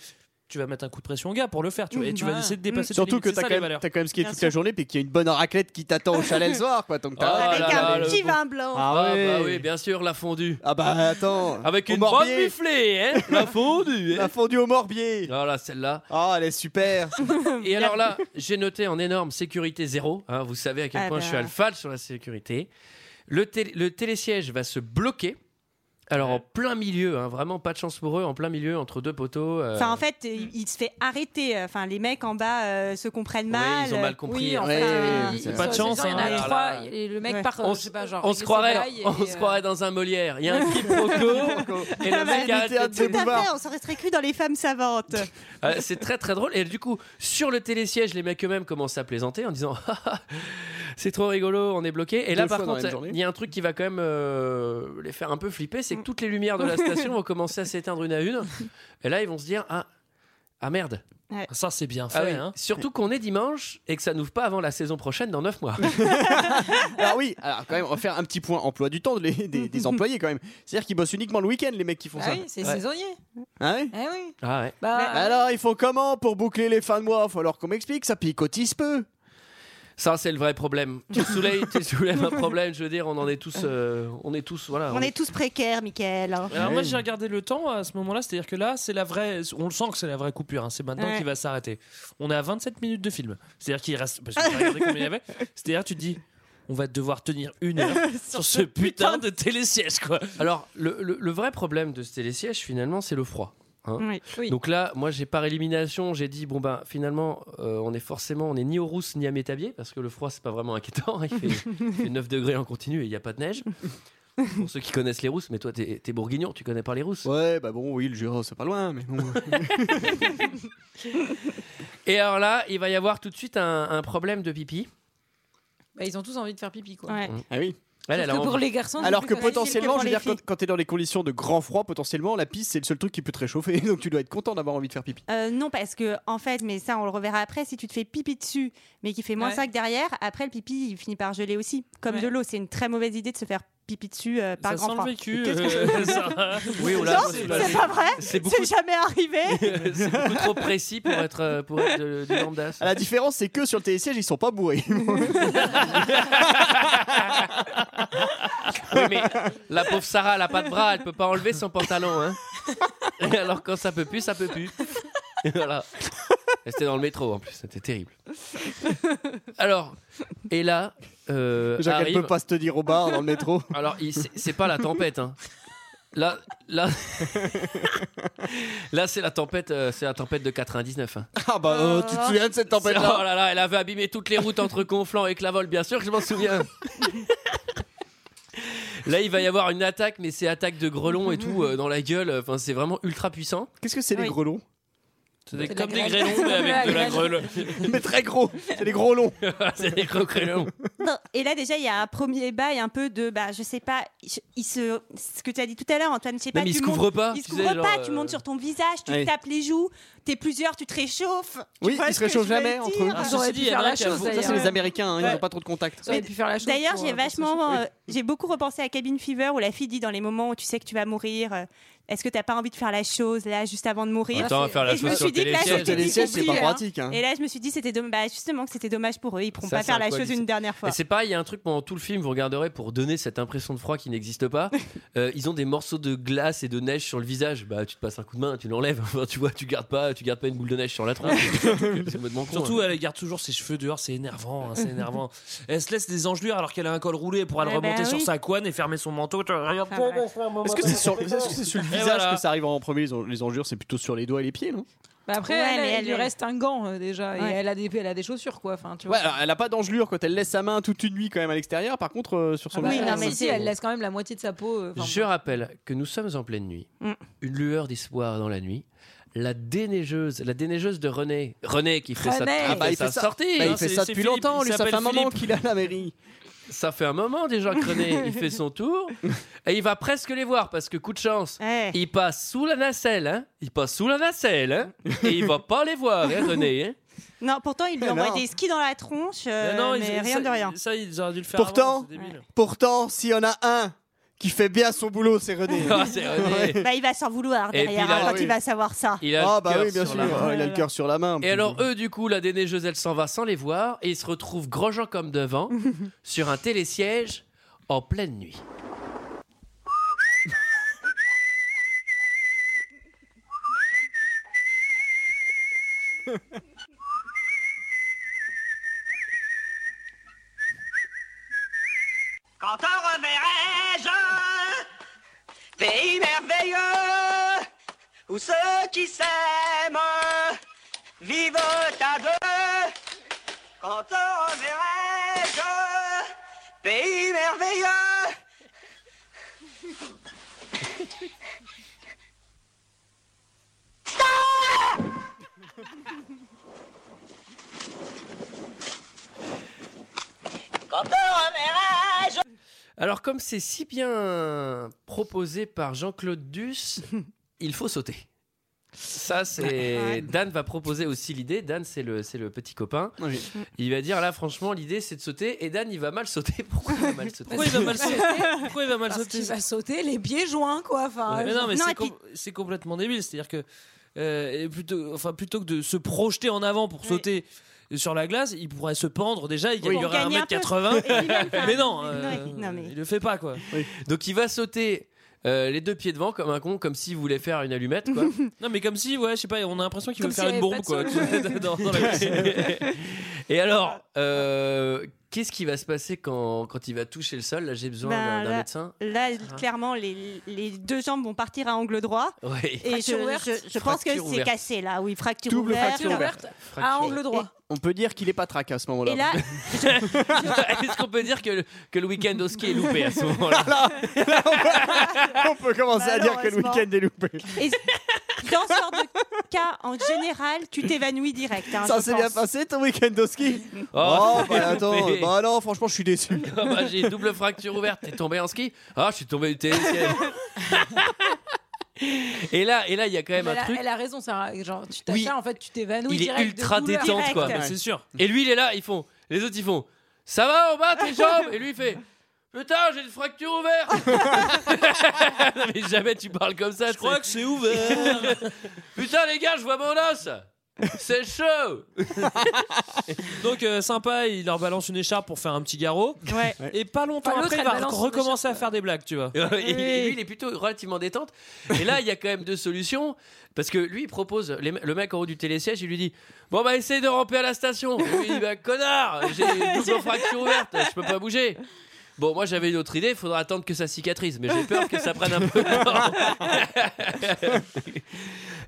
Speaker 8: tu vas mettre un coup de pression au gars pour le faire, tu vois, et tu
Speaker 1: Bah.
Speaker 8: vas
Speaker 11: Ouais.
Speaker 8: essayer de dépasser tes
Speaker 6: Mmh. Surtout
Speaker 8: limites.
Speaker 6: que
Speaker 8: C'est
Speaker 6: t'as
Speaker 8: ça,
Speaker 6: quand,
Speaker 8: les
Speaker 6: même-
Speaker 8: valeurs.
Speaker 6: t'as quand même skié
Speaker 7: Bien
Speaker 6: toute
Speaker 7: sûr.
Speaker 6: la journée, puis qu'il y a une bonne raclette qui t'attend au chalet le soir, quoi. Donc t'as-
Speaker 1: Ah,
Speaker 7: Avec
Speaker 1: là là,
Speaker 7: un
Speaker 1: le
Speaker 7: petit
Speaker 1: bon-
Speaker 7: vin blanc.
Speaker 1: Ah,
Speaker 6: Ah
Speaker 1: bah oui,
Speaker 6: ouais.
Speaker 1: bien sûr, la fondue.
Speaker 6: Ah bah eh. attends.
Speaker 1: Avec
Speaker 6: Au
Speaker 1: une bonne
Speaker 6: Morbier.
Speaker 1: muflée, hein La fondue,
Speaker 6: La
Speaker 1: hein
Speaker 6: fondue au Morbier.
Speaker 1: Voilà, celle-là.
Speaker 6: Ah, elle est super.
Speaker 1: Et alors là, j'ai noté en énorme sécurité zéro. hein, vous savez à quel
Speaker 7: Ah
Speaker 1: point
Speaker 7: bah.
Speaker 1: je suis alpha sur la sécurité. Le, télé- le télésiège va se bloquer. Alors en plein milieu, hein, vraiment pas de chance pour eux, en plein milieu entre deux poteaux. euh,
Speaker 7: Enfin, en fait, il il se fait arrêter. euh, Enfin, les mecs en bas euh, se comprennent
Speaker 1: ouais,
Speaker 7: mal.
Speaker 1: ils ont mal compris.
Speaker 11: Oui, en
Speaker 1: hein.
Speaker 6: Ouais,
Speaker 11: fait, euh,
Speaker 6: ouais,
Speaker 11: ils
Speaker 6: c'est
Speaker 11: sont-
Speaker 8: pas de
Speaker 11: ces
Speaker 8: chance,
Speaker 11: gens, Il y en
Speaker 8: hein.
Speaker 11: a
Speaker 1: Alors
Speaker 11: trois,
Speaker 1: là-
Speaker 11: et le mec
Speaker 7: Ouais.
Speaker 11: part, euh,
Speaker 1: on
Speaker 11: je
Speaker 1: se-
Speaker 11: sais pas, genre.
Speaker 1: on
Speaker 11: régler
Speaker 1: se
Speaker 11: ses
Speaker 1: croirait,
Speaker 11: bails
Speaker 1: on
Speaker 11: et,
Speaker 1: se
Speaker 11: euh,
Speaker 1: croirait dans un Molière. Il y a un quiproquo et le mec arrête
Speaker 6: Théâtre de
Speaker 1: le télé-
Speaker 7: Ah bah, Tout à
Speaker 6: Bouvard.
Speaker 7: fait, on s'en cru dans les femmes savantes.
Speaker 1: Euh, c'est très très drôle. Et du coup, sur le télésiège, les mecs eux-mêmes commencent à plaisanter en disant Ah, ah, C'est trop rigolo, on est bloqué. Et là,
Speaker 6: Deux
Speaker 1: par
Speaker 6: fois dans la même
Speaker 1: contre,
Speaker 6: journée.
Speaker 1: il y a un truc qui va quand même euh, les faire un peu flipper c'est que toutes les lumières de la station vont commencer à s'éteindre une à une. Et là, ils vont se dire Ah, ah merde.
Speaker 8: Ça, c'est bien fait.
Speaker 1: Ah oui.
Speaker 8: hein.
Speaker 1: Surtout qu'on est dimanche et que ça n'ouvre pas avant la saison prochaine dans 9 mois.
Speaker 6: Alors oui, alors quand même, on va faire un petit point emploi du temps de les- des, des employés quand même. C'est-à-dire qu'ils bossent uniquement le week-end, les mecs qui font
Speaker 11: Bah
Speaker 6: ça.
Speaker 11: oui, c'est
Speaker 1: Ouais.
Speaker 11: saisonnier.
Speaker 6: Hein, ouais
Speaker 11: Eh oui.
Speaker 1: Ah ouais.
Speaker 11: Bah,
Speaker 6: alors, ils font comment pour boucler les fins de mois Faut alors qu'on m'explique ça, puis ils cotisent peu.
Speaker 1: Ça, c'est le vrai problème. Tu soulèves, tu soulèves un problème, je veux dire, on en est tous. euh, on est tous. Voilà.
Speaker 7: On est tous précaires, Michael. hein.
Speaker 8: Alors moi j'ai regardé le temps à ce moment-là, c'est-à-dire que là c'est la vraie, on le sent que c'est la vraie coupure, hein. c'est maintenant
Speaker 7: Ouais.
Speaker 8: qu'il va s'arrêter. On est à 27 minutes de film, c'est-à-dire qu'il reste, parce que j'ai regardé combien il y avait, c'est-à-dire tu te dis, on va devoir tenir une heure sur ce putain de télésiège quoi.
Speaker 1: Alors, le, le- le vrai problème de ce télésiège, finalement, c'est le froid. hein.
Speaker 7: Oui.
Speaker 11: Oui.
Speaker 1: Donc là, moi, j'ai par élimination, j'ai dit bon ben finalement, euh, on est forcément, on est ni aux rousses ni à Métabier parce que le froid c'est pas vraiment inquiétant. hein. Il fait, il fait 9 degrés en continu et il n'y a pas de neige. Pour ceux qui connaissent les rousses, mais toi t'es es bourguignon, tu connais pas les rousses.
Speaker 6: Ouais, bah bon, oui, le Jura, c'est pas loin, mais bon.
Speaker 1: Et alors là, il va y avoir tout de suite un, un problème de pipi.
Speaker 11: bah, ils ont tous envie de faire pipi quoi.
Speaker 7: Ouais.
Speaker 6: ah oui.
Speaker 1: Elle,
Speaker 11: Sauf
Speaker 1: elle a
Speaker 11: que pour
Speaker 1: envie-
Speaker 11: les garçons, c'est
Speaker 6: Alors
Speaker 11: plus
Speaker 6: que
Speaker 11: facile
Speaker 6: potentiellement,
Speaker 7: pour
Speaker 6: je veux
Speaker 7: les
Speaker 6: dire,
Speaker 7: filles.
Speaker 6: quand, quand t'es dans les conditions de grand froid, potentiellement, la piste, c'est le seul truc qui peut te réchauffer, donc tu dois être content d'avoir envie de faire pipi.
Speaker 7: Euh, non, parce que, en fait, mais ça, on le reverra après, si tu te fais pipi dessus, mais qu'il fait moins
Speaker 11: Ouais.
Speaker 7: 5 derrière, après, le pipi, il finit par geler aussi. Comme
Speaker 11: Ouais.
Speaker 7: de l'eau, c'est une très mauvaise idée de se faire pipi dessus euh, par
Speaker 8: ça
Speaker 7: grand
Speaker 8: sent le
Speaker 7: froid.
Speaker 8: vécu.
Speaker 7: Qu'est-ce que-
Speaker 8: euh, ça.
Speaker 1: Oui, on l'a-
Speaker 7: Non, c'est pas vrai,
Speaker 1: C'est
Speaker 7: c'est
Speaker 1: beaucoup-
Speaker 7: jamais arrivé.
Speaker 1: c'est beaucoup trop précis pour être euh, pour être de, de lambda.
Speaker 6: Ah, La différence, c'est que sur le télésiège, ils sont pas bourrés.
Speaker 1: Ah Oui, mais la pauvre Sarah, elle a pas de bras, elle peut pas enlever son pantalon. Hein. Et Alors quand ça peut plus, ça peut plus. Et voilà. Et C'était dans le métro en plus, c'était terrible. Alors, et là, euh,
Speaker 6: Jacques, elle
Speaker 1: arrive-
Speaker 6: peut pas se tenir au bar dans le métro.
Speaker 1: Alors, il- c'est c'est pas la tempête. Hein. Là, là, là, c'est la tempête, euh, c'est la tempête de 99. hein.
Speaker 6: Ah bah, euh, tu te souviens de cette tempête-là
Speaker 1: Oh là là, elle avait abîmé toutes les routes entre Conflans et Clavol, bien sûr que je m'en souviens. Là, il va y avoir une attaque, mais c'est attaque de grelons et tout euh, dans la gueule. Enfin, c'est vraiment ultra puissant.
Speaker 6: Qu'est-ce que c'est les
Speaker 1: Oui.
Speaker 6: grelons
Speaker 1: C'est
Speaker 8: de
Speaker 1: comme
Speaker 8: la
Speaker 1: des
Speaker 8: grêle.
Speaker 1: grêlons, mais avec de la
Speaker 8: La grêle.
Speaker 1: grêle.
Speaker 6: Mais très gros, c'est les gros longs.
Speaker 1: c'est des gros
Speaker 7: Bah,
Speaker 1: grêlons.
Speaker 7: Non, et là déjà il y a un premier bail un peu de bah je sais pas je- il se ce que tu as dit tout à l'heure Antoine je sais
Speaker 1: Non,
Speaker 7: pas
Speaker 1: mais il
Speaker 7: tu
Speaker 1: se couvre
Speaker 7: montes-
Speaker 1: pas,
Speaker 7: il se
Speaker 1: tu sais,
Speaker 7: couvre
Speaker 1: genre,
Speaker 7: pas
Speaker 1: euh,
Speaker 7: tu montes sur ton visage tu
Speaker 1: Ouais.
Speaker 7: te tapes les joues t'es plusieurs tu te réchauffes Tu
Speaker 6: Oui, ils
Speaker 7: vois
Speaker 6: se
Speaker 7: ce que je
Speaker 6: réchauffent
Speaker 7: veux
Speaker 6: jamais
Speaker 7: dire
Speaker 6: entre eux.
Speaker 7: Ah,
Speaker 6: Ça,
Speaker 7: j'aurais
Speaker 6: c'est
Speaker 7: dû faire la chose,
Speaker 6: Ça, c'est
Speaker 7: d'ailleurs.
Speaker 6: les Américains, hein, ils
Speaker 7: Ouais.
Speaker 6: n'ont pas trop de contact.
Speaker 11: J'aurais pu faire la chose
Speaker 7: D'ailleurs,
Speaker 11: pour,
Speaker 7: j'ai
Speaker 11: euh,
Speaker 7: vachement,
Speaker 11: compenser.
Speaker 7: euh, j'ai beaucoup repensé à Cabin Fever où la fille dit dans les moments où tu sais que tu vas mourir, euh, est-ce que t'as pas envie de faire la chose là juste avant de mourir
Speaker 1: Attends,
Speaker 7: Et
Speaker 1: faire la
Speaker 7: je me
Speaker 1: chose sur
Speaker 7: suis dit
Speaker 1: le
Speaker 7: que là,
Speaker 1: télésiège.
Speaker 7: c'était
Speaker 1: Le télésiège, c'est
Speaker 7: compris,
Speaker 1: pas
Speaker 7: hein.
Speaker 1: pratique, hein.
Speaker 7: Et là, je me suis dit c'était dommage, bah, justement que c'était dommage pour eux, ils pourront
Speaker 1: Ça,
Speaker 7: pas
Speaker 1: c'est
Speaker 7: faire la
Speaker 1: un
Speaker 7: chose
Speaker 1: cohabit-
Speaker 7: une dernière fois.
Speaker 1: Et c'est pareil, il y a un truc pendant tout le film, vous regarderez pour donner cette impression de froid qui n'existe pas. Euh, ils ont des morceaux de glace et de neige sur le visage. Bah, tu te passes un coup de main, tu l'enlèves. Enfin, tu vois, tu gardes pas, tu gardes pas une boule de neige sur la tronche. c'est complètement con.
Speaker 8: Surtout,
Speaker 6: euh,
Speaker 1: hein.
Speaker 8: elle garde toujours ses cheveux dehors, c'est énervant, hein, c'est énervant. Elle se laisse des engelures alors qu'elle a un col roulé pour aller
Speaker 1: Ah bah
Speaker 8: remonter sur
Speaker 1: oui.
Speaker 8: sa couenne et fermer son manteau. Tu regardes,
Speaker 1: Enfin,
Speaker 8: bon,
Speaker 1: bref.
Speaker 8: bon, frère, maman,
Speaker 6: Est-ce que c'est
Speaker 8: maman,
Speaker 6: sur,
Speaker 8: maman.
Speaker 6: est-ce que c'est sur le
Speaker 8: Et
Speaker 6: visage
Speaker 8: voilà.
Speaker 6: que ça arrive en premier les, en- les enjures C'est plutôt sur les doigts et les pieds, non
Speaker 11: Bah après,
Speaker 7: Ouais,
Speaker 11: elle,
Speaker 7: mais
Speaker 11: il
Speaker 7: elle
Speaker 11: lui
Speaker 7: est-
Speaker 11: reste un gant euh, déjà,
Speaker 7: Ouais.
Speaker 11: et elle a des, elle a des chaussures quoi. Enfin, tu vois.
Speaker 6: Ouais, alors, elle a pas d'engelure quand elle laisse sa main toute une nuit quand même à l'extérieur. Par contre, euh, sur
Speaker 11: Ah
Speaker 6: son
Speaker 11: bah,
Speaker 6: visage,
Speaker 11: non,
Speaker 6: euh,
Speaker 11: mais si, elle laisse quand même la moitié de sa peau. euh, enfin,
Speaker 1: Je rappelle que nous sommes en pleine nuit.
Speaker 7: Mm.
Speaker 1: Une lueur d'espoir dans la nuit. La déneigeuse, la déneigeuse de René. René qui fait ça,
Speaker 6: René. Ah
Speaker 1: qui
Speaker 6: bah,
Speaker 1: fait
Speaker 6: il
Speaker 1: ça
Speaker 6: fait ça-
Speaker 1: sortir,
Speaker 6: bah, il
Speaker 1: hein,
Speaker 6: fait
Speaker 1: c'est-
Speaker 6: ça
Speaker 1: c'est
Speaker 6: depuis
Speaker 1: Philippe,
Speaker 6: longtemps,
Speaker 1: il
Speaker 6: lui, ça fait
Speaker 1: s'appelle
Speaker 6: un moment
Speaker 1: Philippe.
Speaker 6: qu'il a la mairie.
Speaker 1: Ça fait un moment déjà que René, il fait son tour et il va presque les voir parce que coup de
Speaker 6: Eh
Speaker 1: chance,
Speaker 7: Eh.
Speaker 1: il passe sous la nacelle, hein. Il passe sous la nacelle, hein. Et il va pas les voir, hein, René, hein.
Speaker 7: Non, pourtant il lui
Speaker 1: Mais
Speaker 7: envoie
Speaker 1: non.
Speaker 7: des skis dans la tronche, euh,
Speaker 8: Mais non, ils-
Speaker 7: mais
Speaker 8: ça-
Speaker 7: rien de rien.
Speaker 8: Ça, ils auraient dû le faire.
Speaker 6: Pourtant, pourtant, s'il y en a un qui fait bien son boulot, c'est René.
Speaker 1: Ah, c'est René.
Speaker 7: Bah, il va s'en vouloir
Speaker 1: Et puis,
Speaker 7: derrière
Speaker 1: il a-
Speaker 7: hein, quand
Speaker 1: oui.
Speaker 7: il va savoir ça.
Speaker 1: Il a
Speaker 6: Ah,
Speaker 1: le
Speaker 6: bah
Speaker 1: cœur
Speaker 6: oui, bien
Speaker 1: sur
Speaker 6: sûr.
Speaker 1: la main.
Speaker 6: Ah, il a le cœur sur la main.
Speaker 1: Et alors eux, du coup, la déneigeuse, elle s'en va sans les voir et ils se retrouvent grosjean comme devant sur un télésiège en pleine nuit.
Speaker 12: Quand on reverrai-je Pays merveilleux Où ceux qui s'aiment Vivent à deux Quand on reverrai-je Pays merveilleux
Speaker 1: Euh.
Speaker 12: Quand on reverrai-je
Speaker 1: Alors comme c'est si bien proposé par Jean-Claude Duss, il faut sauter. Ça, c'est.
Speaker 8: Ouais.
Speaker 1: Dan va proposer aussi l'idée. Dan, c'est le, c'est le petit copain. Il va dire là, franchement, l'idée, c'est de sauter. Et Dan, il va mal sauter. Pourquoi il va mal sauter
Speaker 8: Pourquoi il va mal sauter Pourquoi il va mal
Speaker 11: Parce
Speaker 8: sauter
Speaker 11: qu'il va sauter les pieds joints quoi. Enfin,
Speaker 8: Ouais, mais non, mais c'est
Speaker 11: et puis-
Speaker 8: com- c'est complètement débile. C'est-à-dire que euh, et plutôt, enfin, plutôt que de se projeter en avant pour sauter sur la glace, il pourrait se pendre déjà. Il
Speaker 1: Oui.
Speaker 8: y aurait
Speaker 1: Pour gagner un peu.
Speaker 8: 1m80.
Speaker 1: Et lui-même, c'est un-
Speaker 8: mais non,
Speaker 1: Ouais.
Speaker 8: euh,
Speaker 1: Non, mais-
Speaker 8: il le fait pas quoi.
Speaker 1: Donc il va sauter euh, les deux pieds devant comme un con, comme s'il voulait faire une allumette. Quoi.
Speaker 8: Non, mais comme si, ouais, je sais pas, on a l'impression qu'il veut
Speaker 1: Comme
Speaker 8: faire
Speaker 1: s'il
Speaker 8: une
Speaker 1: y avait
Speaker 8: bombe quoi.
Speaker 1: pas de solution.
Speaker 8: dans, dans la glace.
Speaker 1: Et alors, euh, qu'est-ce qui va se passer quand, quand il va toucher le sol Bah, Là, j'ai besoin
Speaker 7: Ben,
Speaker 1: d'un- d'un
Speaker 7: là-
Speaker 1: médecin.
Speaker 7: Là,
Speaker 1: Ah.
Speaker 7: clairement, les, les deux jambes vont partir à angle droit.
Speaker 1: Ouais.
Speaker 7: Et je,
Speaker 11: Fracture ouverte.
Speaker 7: je- je pense que
Speaker 1: Fracture
Speaker 7: c'est
Speaker 1: ouverte.
Speaker 7: cassé là, oui, fracture
Speaker 6: Double
Speaker 7: ouverte.
Speaker 6: fracture ouverte.
Speaker 1: Ah,
Speaker 11: à angle droit.
Speaker 6: On peut dire qu'il est pas traque à ce moment-là.
Speaker 7: Et là,
Speaker 1: Est-ce qu'on peut dire que le, que le week-end au ski est loupé à ce moment-là
Speaker 6: on peut commencer à dire que le
Speaker 7: Malheureusement.
Speaker 6: week-end est loupé.
Speaker 7: et dans ce genre de cas, en général, tu t'évanouis direct. hein,
Speaker 6: Ça
Speaker 7: je
Speaker 6: s'est
Speaker 7: pense.
Speaker 6: bien passé ton week-end au ski Oh,
Speaker 1: Oh,
Speaker 6: bah attends,
Speaker 1: loupé.
Speaker 6: bah non, franchement, je suis déçu.
Speaker 1: Ah bah, J'ai une double fracture ouverte. T'es tombé en ski Ah, je suis tombé du télésiège. et là, et là, il y a quand même
Speaker 11: Mais elle,
Speaker 1: un
Speaker 11: a,
Speaker 1: truc.
Speaker 11: elle a raison, Sarah. Genre, tu
Speaker 1: Oui.
Speaker 11: t'achats, en fait, tu t'évanouis
Speaker 1: il est
Speaker 11: direct de
Speaker 1: ultra
Speaker 11: douleur.
Speaker 1: détente, quoi.
Speaker 11: Direct.
Speaker 1: Et lui, il est là. Ils font. Les autres, ils font. Ça va en bas tes jambes Et lui, il fait. Putain, j'ai une fracture ouverte! non, mais jamais tu parles comme ça. Je crois que c'est ouvert. Putain, les gars, je vois mon os. C'est chaud.
Speaker 8: Donc euh, sympa, il leur balance une écharpe pour faire un petit garrot.
Speaker 7: Ouais.
Speaker 8: Et pas longtemps
Speaker 1: Enfin, l'autre,
Speaker 8: après, il
Speaker 1: elle
Speaker 8: va
Speaker 1: balance son
Speaker 8: recommencer à faire des blagues, tu vois.
Speaker 1: Et lui, il est plutôt relativement détente. Et là, il y a quand même deux solutions. Parce que lui, il propose, les me- le mec en haut du télésiège, il lui dit Bon, bah, essaye de ramper à la station. Et lui, il dit Bah, connard, j'ai une double fracture ouverte, je peux pas bouger. Bon, moi j'avais une autre idée, il faudra attendre que ça cicatrise, mais j'ai peur que ça prenne un peu de temps.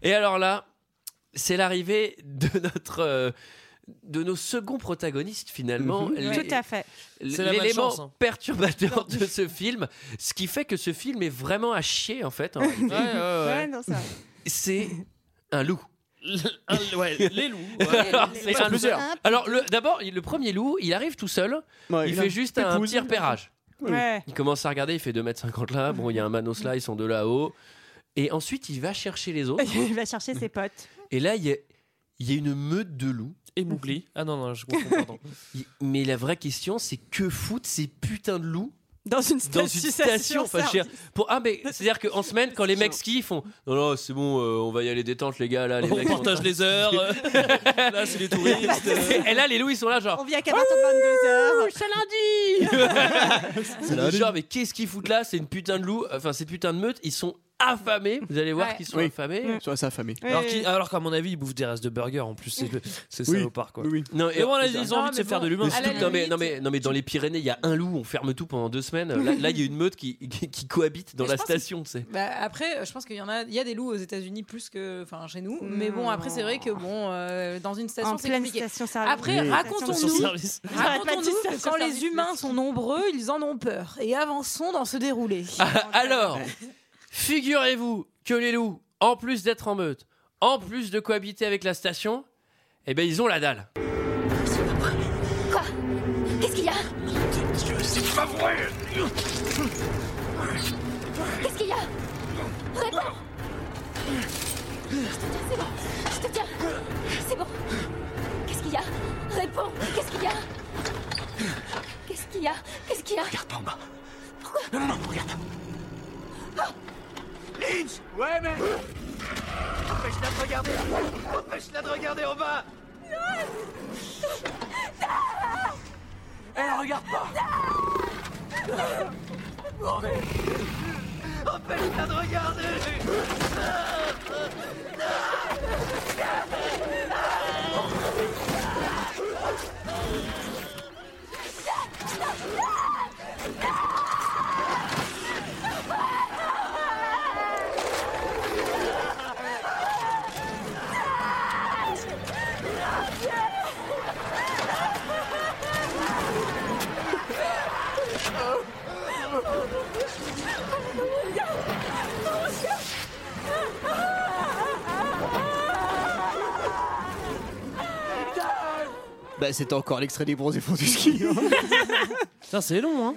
Speaker 1: Et alors là, c'est l'arrivée de notre. euh, de nos seconds protagonistes finalement.
Speaker 7: Mhm.
Speaker 1: Les-
Speaker 7: Tout à fait.
Speaker 8: C'est la
Speaker 1: L'élément
Speaker 8: malchance, hein.
Speaker 1: perturbateur de ce film, ce qui fait que ce film est vraiment à chier en fait. en réalité.
Speaker 8: Ouais, ouais, ouais.
Speaker 7: Ouais, non, ça.
Speaker 1: C'est un loup.
Speaker 8: Un- ouais, les loups. ouais.
Speaker 1: C'est un loup. Alors le- d'abord, il- le premier loup, il arrive tout seul.
Speaker 6: Ouais,
Speaker 1: il
Speaker 6: il
Speaker 1: fait
Speaker 6: a-
Speaker 1: juste un
Speaker 6: pépouse.
Speaker 1: petit repérage.
Speaker 7: Ouais.
Speaker 1: Il commence à regarder, il fait 2m50 là, bon, il y a un manos là, ils sont deux là-haut. Et ensuite, il va chercher les autres.
Speaker 7: Il va chercher ses potes.
Speaker 1: Et là, il y a, il y a une meute de loups.
Speaker 8: Et Mowgli. Ah non, non, je comprends, pardon.
Speaker 1: Il- Mais la vraie question, c'est que foutent ces putains de loups
Speaker 7: dans une
Speaker 1: dans une
Speaker 8: station
Speaker 1: station enfin, je veux dire, pour ah mais c'est à dire qu'en semaine quand les mecs skient ils font non non c'est bon euh, on va y aller détente les gars là les
Speaker 8: On
Speaker 1: mecs sont-
Speaker 8: partage les heures. euh, là, c'est les touristes. euh.
Speaker 1: et là les loups ils sont là genre
Speaker 7: On vit à 14 22h.
Speaker 1: C'est lundi Genre, mais qu'est-ce qu'ils foutent là C'est une putain de loup, enfin, c'est putain de meute, ils sont affamés. Vous allez voir
Speaker 7: Ouais.
Speaker 1: qu'ils sont
Speaker 6: Oui.
Speaker 1: affamés.
Speaker 6: Ils sont assez affamés.
Speaker 8: Alors,
Speaker 7: Oui.
Speaker 8: qui- alors qu'à mon avis, ils bouffent des restes de burgers en plus, c'est c'est
Speaker 6: Oui.
Speaker 8: salopard quoi.
Speaker 6: Oui,
Speaker 1: Non,
Speaker 8: Et bon, là, ils ont
Speaker 11: Non,
Speaker 8: envie de se
Speaker 11: mais
Speaker 8: faire
Speaker 11: bon,
Speaker 8: de l'humain.
Speaker 11: à la
Speaker 1: non, mais,
Speaker 11: limite-
Speaker 1: non, mais, non, mais dans les Pyrénées, il y a un loup, on ferme tout pendant deux semaines. Là, là, il y a une meute qui, qui, qui cohabite dans
Speaker 11: Mais je
Speaker 1: la
Speaker 11: pense
Speaker 1: station, tu sais.
Speaker 11: Bah, après, euh, je pense qu'il y en a, il y a des loups aux États-Unis plus que, enfin, chez nous. Mais bon, après, c'est vrai que bon, euh, dans une station,
Speaker 7: En
Speaker 11: c'est
Speaker 7: pleine
Speaker 11: compliqué.
Speaker 7: station service.
Speaker 11: Après,
Speaker 7: Oui.
Speaker 8: Sur
Speaker 11: racontons-nous,
Speaker 8: service.
Speaker 11: racontons-nous
Speaker 7: Station
Speaker 11: que quand
Speaker 7: service.
Speaker 11: les humains sont nombreux, ils en ont peur. Et avançons dans ce déroulé.
Speaker 1: Ah, Alors, figurez-vous que les loups, en plus d'être en meute, en plus de cohabiter avec la station, eh ben ils ont la dalle.
Speaker 9: Quoi Qu'est-ce qu'il y a
Speaker 2: C'est pas vrai
Speaker 9: Qu'est-ce qu'il y a Réponds Je te tiens, c'est bon Je te tiens C'est bon Qu'est-ce qu'il y a Réponds Qu'est-ce qu'il y a Qu'est-ce qu'il y a Qu'est-ce qu'il y a
Speaker 2: Regarde pas en bas. Pourquoi Non, non, non, regarde. Lynch Ouais, mais. Empêche-la de regarder Empêche-la de regarder en bas Elle regarde pas Bordel Empêche-la de regarder
Speaker 6: Bah, c'était encore l'extrait des bronzés fonds du ski. hein.
Speaker 8: Putain, c'est long, hein.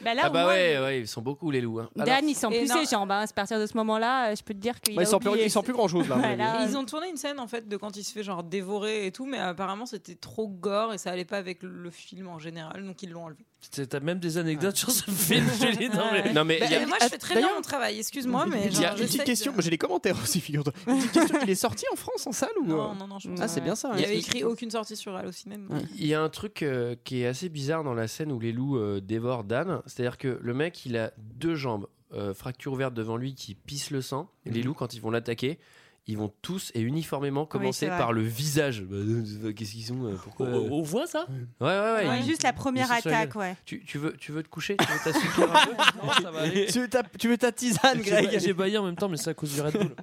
Speaker 7: Bah là,
Speaker 1: ah bah
Speaker 7: au moins,
Speaker 1: ouais, ouais, ils sont beaucoup les loups. hein. Alors-
Speaker 7: Dan, il sent
Speaker 11: Et
Speaker 7: plus
Speaker 11: non.
Speaker 7: ses jambes. hein. C'est À partir de ce moment-là, euh, je peux te dire qu'il
Speaker 6: Bah,
Speaker 7: a
Speaker 6: ils sont plus,
Speaker 7: oublié.
Speaker 6: ils sont plus grand chose là. à mon
Speaker 7: Ouais,
Speaker 6: avis.
Speaker 7: là,
Speaker 11: Et Ils ont tourné une scène en fait de quand il se fait genre dévorer et tout, mais apparemment c'était trop gore et ça allait pas avec le film en général, donc ils l'ont enlevé.
Speaker 8: T'as- T'as même des anecdotes sur ce film, Julie. Non, mais-
Speaker 1: Non mais
Speaker 11: Bah,
Speaker 1: il y a-
Speaker 11: mais moi je fais très bien mon travail, excuse-moi, mais
Speaker 6: Il y a
Speaker 11: genre,
Speaker 6: une
Speaker 11: j'essaie
Speaker 6: petite
Speaker 11: de-
Speaker 6: question, moi, j'ai les commentaires aussi, figure-toi. Une petite question, il est sorti en France en salle ou
Speaker 11: Non, non, non, je pense
Speaker 6: Ah, c'est
Speaker 11: pas.
Speaker 6: bien ça,
Speaker 11: Il y
Speaker 6: ouais.
Speaker 11: avait écrit aucune sortie sur Allocinéma.
Speaker 7: Bah,
Speaker 1: Il y a un truc euh, qui est assez bizarre dans la scène où les loups euh, dévorent Dan. C'est-à-dire que le mec, il a deux jambes, euh, fracture ouverte devant lui qui pisse le sang. Et Les loups, quand ils vont l'attaquer, ils vont tous et uniformément commencer
Speaker 7: c'est vrai.
Speaker 1: par le visage. Bah, euh, Qu'est-ce qu'ils ont euh, Pourquoi
Speaker 8: On,
Speaker 1: euh,
Speaker 8: on voit ça
Speaker 1: Ouais, ouais, ouais.
Speaker 7: Ouais,
Speaker 1: ils-
Speaker 7: Juste la première
Speaker 1: Ils se sont
Speaker 7: attaque, ouais.
Speaker 1: Tu, tu veux, tu veux te coucher Tu veux t'assoupir un peu
Speaker 8: Non, ça va aller.
Speaker 6: Tu veux, ta, tu veux ta tisane,
Speaker 8: J'ai
Speaker 6: Greg
Speaker 8: j'ai baillé en même temps, mais c'est à cause du Red Bull.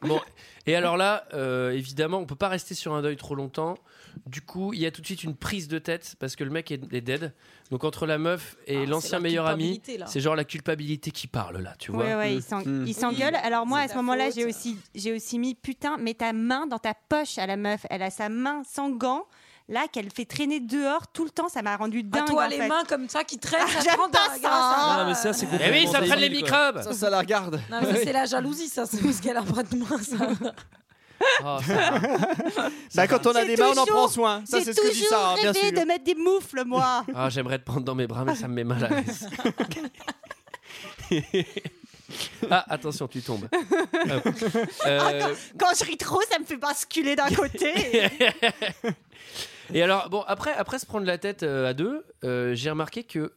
Speaker 1: Bon, et alors là, euh, évidemment, on peut pas rester sur un deuil trop longtemps. Du coup, il y a tout de suite une prise de tête parce que le mec est, est dead. Donc entre la meuf et
Speaker 11: Ah, c'est
Speaker 1: l'ancien
Speaker 11: la
Speaker 1: meilleur ami,
Speaker 11: culpabilité, là.
Speaker 1: c'est genre la culpabilité qui parle là, tu vois.
Speaker 7: Ouais, ouais, il s'en-
Speaker 6: Mm.
Speaker 7: il s'engueule. Alors moi,
Speaker 11: C'est
Speaker 7: à ce
Speaker 11: ta
Speaker 7: moment-là, j'ai
Speaker 11: faute.
Speaker 7: aussi, j'ai aussi mis putain, mets ta main dans ta poche à la meuf. Elle a sa main sans gants, là, qu'elle fait traîner dehors tout le temps. Ça m'a rendu
Speaker 11: À
Speaker 7: dingue.
Speaker 11: toi
Speaker 7: en
Speaker 11: les
Speaker 7: fait.
Speaker 11: mains comme ça qui traînent,
Speaker 7: Ah,
Speaker 11: ça
Speaker 7: j'aime
Speaker 11: prend
Speaker 7: pas
Speaker 11: ta-
Speaker 7: ça.
Speaker 11: ça.
Speaker 8: Non, mais ça, c'est
Speaker 1: Eh oui, ça
Speaker 8: complètement
Speaker 1: traîne les
Speaker 8: débile, quoi.
Speaker 6: Ça,
Speaker 1: microbes
Speaker 6: ça la regarde.
Speaker 11: Non, mais c'est la jalousie, ça, c'est parce qu'elle a pas de main, ça.
Speaker 1: Oh, ça va.
Speaker 6: Bah, quand on a
Speaker 7: J'ai
Speaker 6: des mains, on en
Speaker 7: toujours-
Speaker 6: prend soin. Ça,
Speaker 7: J'ai
Speaker 6: c'est ce que dit
Speaker 7: toujours
Speaker 6: Sarah, bien
Speaker 7: rêvé
Speaker 6: sûr.
Speaker 7: de mettre des moufles, moi.
Speaker 1: Ah, j'aimerais te prendre dans mes bras, mais ça me met mal à l'aise. ah, attention, tu tombes. Hop. Euh,
Speaker 7: Ah, Quand je ris trop, ça me fait basculer d'un côté.
Speaker 1: Et alors, bon, après, après se prendre la tête euh, à deux, euh, j'ai euh, remarqué que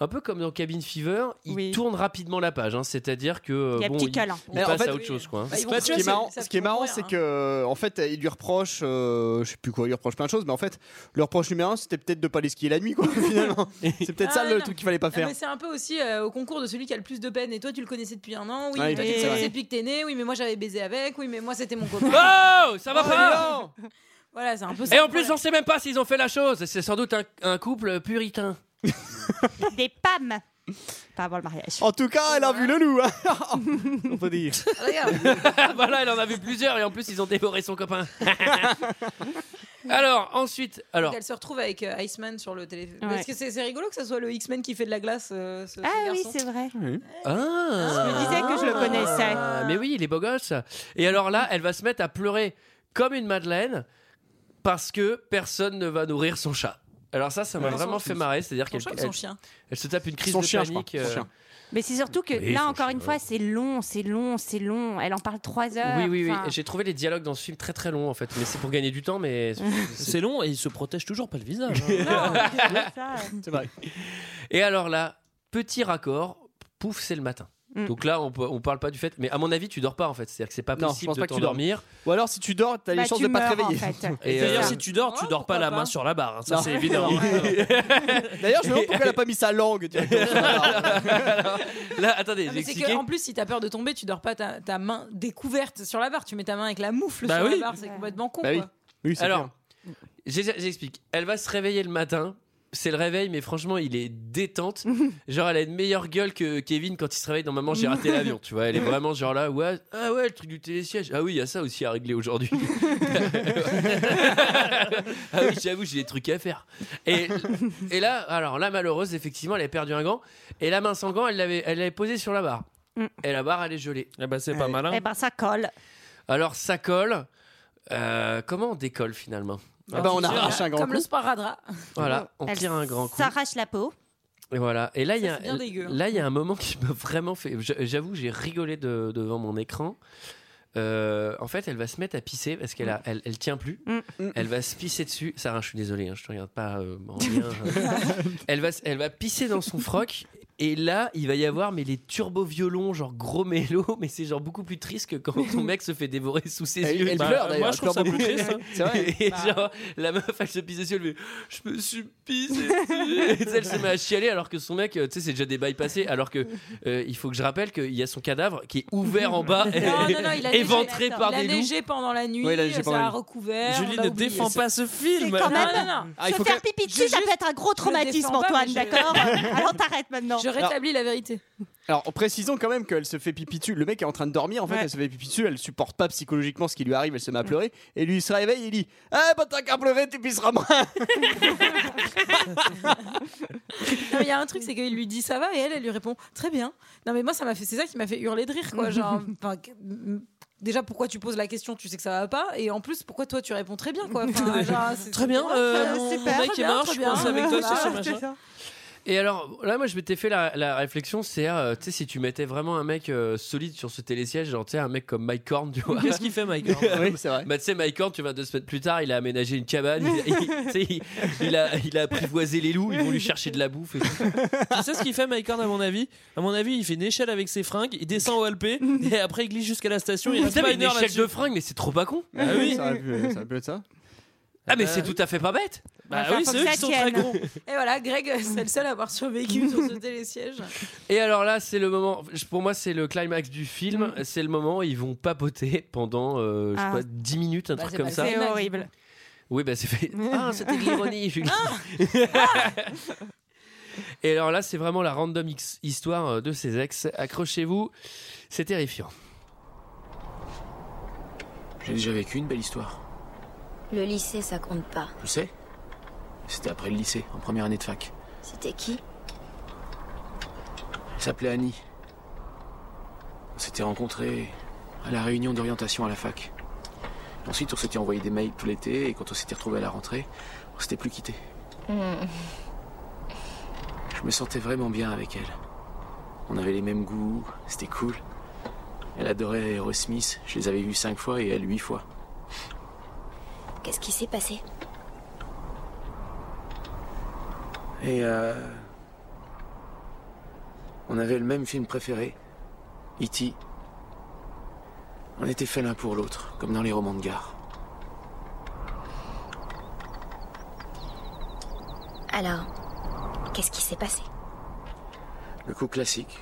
Speaker 1: un peu comme dans Cabin Fever, il tourne rapidement la page. hein. C'est-à-dire que
Speaker 7: Il y a
Speaker 1: bon,
Speaker 7: petit
Speaker 1: il,
Speaker 7: câlin.
Speaker 1: il
Speaker 6: Mais en
Speaker 1: passe
Speaker 6: fait-
Speaker 1: à autre chose, quoi.
Speaker 11: Bah,
Speaker 1: hein.
Speaker 6: Ce qui- ce qui est marrant, ce qui est marrant,
Speaker 11: hein.
Speaker 6: c'est que euh, en fait, il lui reproche, euh, je sais plus quoi, il lui reproche plein de choses, mais en fait, le reproche numéro un, c'était peut-être de pas aller skier la nuit, quoi. Finalement, c'est peut-être ça
Speaker 11: Ah,
Speaker 6: le
Speaker 11: non.
Speaker 6: truc qu'il fallait pas
Speaker 11: Non,
Speaker 6: faire.
Speaker 11: mais c'est un peu aussi euh, au concours de celui qui a le plus de peine. Et toi, tu le connaissais depuis un an. Oui,
Speaker 6: Ouais,
Speaker 11: mais toi,
Speaker 6: oui, c'est
Speaker 11: tu le connaissais
Speaker 6: vrai.
Speaker 11: depuis que t'es né. Oui, mais moi, j'avais baisé avec. Oui, mais moi, c'était mon copain.
Speaker 1: Oh, ça va pas
Speaker 11: Voilà, c'est un peu ça.
Speaker 1: Et en plus, on sait même pas s'ils ont fait la chose. C'est sans doute un, un couple puritain.
Speaker 7: Des pâmes. Pas avant le mariage.
Speaker 1: Oh,
Speaker 6: En tout cas, elle a vu le loup. hein. On peut dire.
Speaker 1: voilà, il bah en a vu plusieurs et en plus, ils ont dévoré son copain. alors, ensuite, alors,
Speaker 11: Donc, elle se retrouve avec euh, Iceman sur le téléphone.
Speaker 1: Ouais.
Speaker 11: Parce que c'est c'est rigolo que ça soit le X-Men qui fait de la glace. euh, ce,
Speaker 7: Ah oui,
Speaker 11: c'est
Speaker 7: vrai.
Speaker 1: Ah. Je
Speaker 7: me disais que je le connaissais.
Speaker 1: Mais oui, il est beau gosse. Et alors là, elle va se mettre à pleurer comme une madeleine parce que personne ne va nourrir son chat. Alors ça, ça m'a
Speaker 11: Ouais.
Speaker 1: vraiment
Speaker 11: Son-
Speaker 1: fait marrer. C'est-à-dire qu'elle
Speaker 11: chat ou son
Speaker 1: elle,
Speaker 11: chien
Speaker 1: elle se tape une crise
Speaker 6: Son
Speaker 1: de
Speaker 6: chien, je
Speaker 1: panique.
Speaker 6: crois. Son
Speaker 1: euh,
Speaker 6: chien.
Speaker 7: Mais c'est surtout que
Speaker 1: Oui,
Speaker 7: là,
Speaker 1: son
Speaker 7: encore une fois, c'est long, c'est long, c'est long. Elle en parle trois heures.
Speaker 1: Oui, oui, oui.
Speaker 7: Euh, enfin.
Speaker 1: Et J'ai trouvé les dialogues dans ce film très très longs en fait. Mais c'est pour gagner du temps, mais c'est long et il se protège toujours pas le visage.
Speaker 6: hein. C'est vrai.
Speaker 1: Et alors là, petit raccord, pouf, c'est le matin.
Speaker 6: Mm.
Speaker 1: Donc là, on, peut- on parle pas du fait, mais à mon avis, tu dors pas en fait. C'est-à-dire que c'est pas
Speaker 6: Non, je
Speaker 1: possible
Speaker 6: pense
Speaker 1: de
Speaker 6: pas que tu
Speaker 1: t'endormir.
Speaker 6: Ou alors, si tu dors, t'as
Speaker 1: Bah,
Speaker 6: les chances
Speaker 1: tu
Speaker 6: de pas te
Speaker 1: meurs, en
Speaker 6: réveiller.
Speaker 1: fait. Et
Speaker 8: D'ailleurs,
Speaker 1: euh,
Speaker 8: si tu dors, tu dors pas la main sur la barre. hein. Ça,
Speaker 6: Non.
Speaker 8: c'est évident.
Speaker 6: D'ailleurs, je me demande pourquoi elle a pas mis sa langue. directement sur la barre.
Speaker 1: Là, attendez,
Speaker 11: Ah,
Speaker 1: j'ai
Speaker 11: mais c'est que,
Speaker 1: expliqué.
Speaker 11: en plus, si t'as peur de tomber, tu dors pas ta, ta main découverte sur la barre. Tu mets ta main avec la moufle
Speaker 1: Bah
Speaker 11: sur
Speaker 1: oui.
Speaker 11: la barre. C'est complètement con. quoi.
Speaker 1: Alors, j'ai- j'explique. Elle va se réveiller le matin. C'est le réveil, mais franchement, il est détente. Genre, elle a une meilleure gueule que Kevin quand il se réveille dans Maman, j'ai raté l'avion. Tu vois, elle est vraiment genre là, ouais, ah ouais, le truc du télésiège. Ah oui, il y a ça aussi à régler aujourd'hui. ah oui, j'avoue, j'ai des trucs à faire. Et, et là, alors, la malheureuse, effectivement, elle a perdu un gant. Et la main sans gant, elle l'avait elle l'avait posée sur la barre.
Speaker 7: Mm.
Speaker 1: Et la barre, elle est gelée. Eh ben, c'est pas malin.
Speaker 7: Eh ben, ça colle.
Speaker 1: Alors ça colle. Euh, comment on décolle finalement
Speaker 6: Ah bah, on
Speaker 1: Tu tires.
Speaker 6: arrache un grand
Speaker 11: Comme le
Speaker 6: coup.
Speaker 11: sparadrap.
Speaker 1: Voilà, on
Speaker 7: Elle
Speaker 1: tire un grand coup.
Speaker 7: S'arrache la peau.
Speaker 1: Et voilà. Et là, il y a
Speaker 11: c'est bien dégueu, hein.
Speaker 1: là il y a un moment qui m'a vraiment fait. j- J'avoue, j'ai rigolé de- devant mon écran. Euh, en fait, elle va se mettre à pisser parce qu'elle a,
Speaker 11: Mm.
Speaker 1: elle, elle tient plus.
Speaker 6: Mm.
Speaker 1: Elle va se pisser dessus. Sarah, je suis désolé, hein, je te regarde pas euh, en lien. elle va, s- elle va pisser dans son froc. Et là, il va y avoir mais les turbo violons, genre gros mélo, mais c'est genre beaucoup plus triste que quand ton mec se fait dévorer sous ses
Speaker 6: Elle-
Speaker 1: yeux.
Speaker 6: elle Bah, pleure, d'ailleurs, moi, je elle trouve pleure ça beaucoup. plus triste, hein. C'est vrai.
Speaker 11: Bah.
Speaker 1: Et genre, la meuf, elle se pisse dessus, elle fait Je me suis pissé dessus. Et tu sais, elle se met à chialer alors que son mec, euh, tu sais, c'est déjà des bails passés. Alors que euh, il faut que je rappelle qu'il y a son cadavre qui est ouvert en bas,
Speaker 11: Non, non, non, il a
Speaker 1: éventré
Speaker 11: neigé,
Speaker 1: par
Speaker 11: il a
Speaker 1: des loups.
Speaker 11: neigé pendant la nuit,
Speaker 1: Ouais, il a neigé pendant
Speaker 11: ça
Speaker 1: la
Speaker 11: a
Speaker 1: nuit.
Speaker 11: recouvert.
Speaker 1: Julie
Speaker 11: on l'a
Speaker 1: ne
Speaker 11: oublié.
Speaker 1: défends pas ce film.
Speaker 11: C'est quand même-
Speaker 1: Non,
Speaker 11: non, non.
Speaker 1: Ah, il
Speaker 7: Se
Speaker 1: faut
Speaker 7: faire
Speaker 1: que-
Speaker 7: pipi dessus, ça peut être un gros traumatisme, Antoine, d'accord Alors t'arrêtes maintenant.
Speaker 11: Je rétablis la vérité.
Speaker 6: Alors, précisons quand même qu'elle se fait pipi dessus. Le mec est en train de dormir, en fait,
Speaker 11: Ouais.
Speaker 6: elle se fait pipi dessus, elle supporte pas psychologiquement ce qui lui arrive, elle se met à pleurer. Et lui, il se réveille et il dit Ah, bah t'as qu'à pleurer, tu pisseras moins
Speaker 11: Non, mais il y a un truc, c'est qu'il lui dit ça va et elle, elle lui répond très bien. Non, mais moi, ça m'a fait, c'est ça qui m'a fait hurler de rire, quoi. Genre, enfin, que- m- déjà, pourquoi tu poses la question, tu sais que ça va pas, et en plus, pourquoi toi, tu réponds très bien, quoi. Enfin, genre, c'est-
Speaker 8: Très bien, euh, mon- mon mec
Speaker 11: très
Speaker 8: est
Speaker 11: bien,
Speaker 8: mort,
Speaker 11: très
Speaker 8: je
Speaker 11: bien.
Speaker 8: pense avec toi,
Speaker 11: Voilà,
Speaker 8: c'est ce machin.
Speaker 11: c'est ça.
Speaker 1: Et alors, là, moi, je m'étais fait la, la réflexion, c'est, euh, tu sais, si tu mettais vraiment un mec euh, solide sur ce télésiège, genre, tu sais, un mec comme Mike Horn, tu vois.
Speaker 8: Qu'est-ce qu'il fait, Mike Horn
Speaker 6: Ah Oui, c'est vrai.
Speaker 1: Bah, tu sais, Mike Horn, tu vois, deux semaines plus tard, il a aménagé une cabane, il, il- tu sais, il- il a, il a apprivoisé les loups, ils vont lui chercher de la bouffe et tout.
Speaker 8: Tu sais ce qu'il fait, Mike Horn, à mon avis À mon avis, il fait une échelle avec ses fringues, il descend au Alpé, et après, il glisse jusqu'à la station. Il reste
Speaker 1: Putain,
Speaker 8: pas
Speaker 1: mais
Speaker 8: une
Speaker 1: une
Speaker 8: heure
Speaker 1: échelle
Speaker 8: là-dessus.
Speaker 1: de fringues, mais c'est trop pas con.
Speaker 8: Ah oui.
Speaker 6: ça aurait pu, euh, ça aurait pu être ça.
Speaker 1: Ah, mais
Speaker 8: bah-
Speaker 1: c'est tout à fait pas bête.
Speaker 8: Bah oui, c'est eux qui sont très gros.
Speaker 11: Et voilà, Greg, c'est le seul à avoir survécu sur ce télésiège.
Speaker 1: Et alors là, c'est le moment. je- Pour moi, c'est le climax du film. C'est le moment où ils vont papoter pendant, euh, je sais
Speaker 11: Mm. Ah.
Speaker 1: pas, 10 minutes, un
Speaker 11: Bah,
Speaker 1: truc
Speaker 11: c'est
Speaker 1: comme
Speaker 11: pas-
Speaker 1: ça.
Speaker 11: c'est horrible.
Speaker 1: Oui, bah c'est fait. Ah, c'était de l'ironie, Julie. Et alors là, c'est vraiment la random his- histoire euh, de ses ex. Accrochez-vous, c'est terrifiant.
Speaker 4: J'ai déjà vécu une belle histoire.
Speaker 9: Le lycée, ça compte pas.
Speaker 4: Tu sais C'était après le lycée, en première année de fac.
Speaker 9: C'était qui
Speaker 4: Elle s'appelait Annie. On s'était rencontrés à la réunion d'orientation à la fac. Ensuite, on s'était envoyé des mails tout l'été et quand on s'était retrouvés à la rentrée, on s'était plus quittés. Je me sentais vraiment bien avec elle. On avait les mêmes goûts, c'était cool. Elle adorait Aerosmith, je les avais vus cinq fois et elle huit fois.
Speaker 9: Qu'est-ce qui s'est passé
Speaker 4: Et euh, On avait le même film préféré, E.T. On était faits l'un pour l'autre, comme dans les romans de gare.
Speaker 9: Alors, qu'est-ce qui s'est passé
Speaker 4: Le coup classique.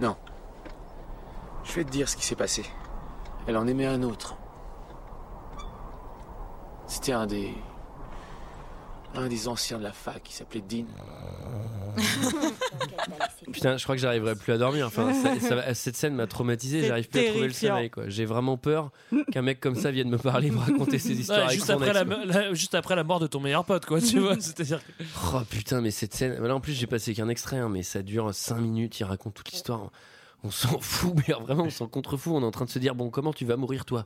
Speaker 4: Non. Je vais te dire ce qui s'est passé. Elle en aimait un autre. C'était un des. Un des anciens de la fac qui s'appelait Dean.
Speaker 1: Putain, je crois que j'arriverai plus à dormir. Enfin, ça- ça va- cette scène m'a traumatisé.
Speaker 8: C'est
Speaker 1: J'arrive plus à trouver le
Speaker 8: terrifiant.
Speaker 1: sommeil. quoi. J'ai vraiment peur qu'un mec comme ça vienne me parler, me raconter ses histoires
Speaker 8: Ouais,
Speaker 1: avec
Speaker 8: juste,
Speaker 1: son
Speaker 8: après
Speaker 1: ex,
Speaker 8: la,
Speaker 1: quoi.
Speaker 8: me- la- juste après la mort de ton meilleur pote, quoi. Tu vois, c'est-à-dire que-
Speaker 1: Oh putain, mais cette scène. Là, en plus, j'ai passé qu'un extrait, hein, mais ça dure 5 minutes. Il raconte toute l'histoire. On s'en fout, mais alors, vraiment, on s'en contrefou. On est en train de se dire, bon, comment tu vas mourir, toi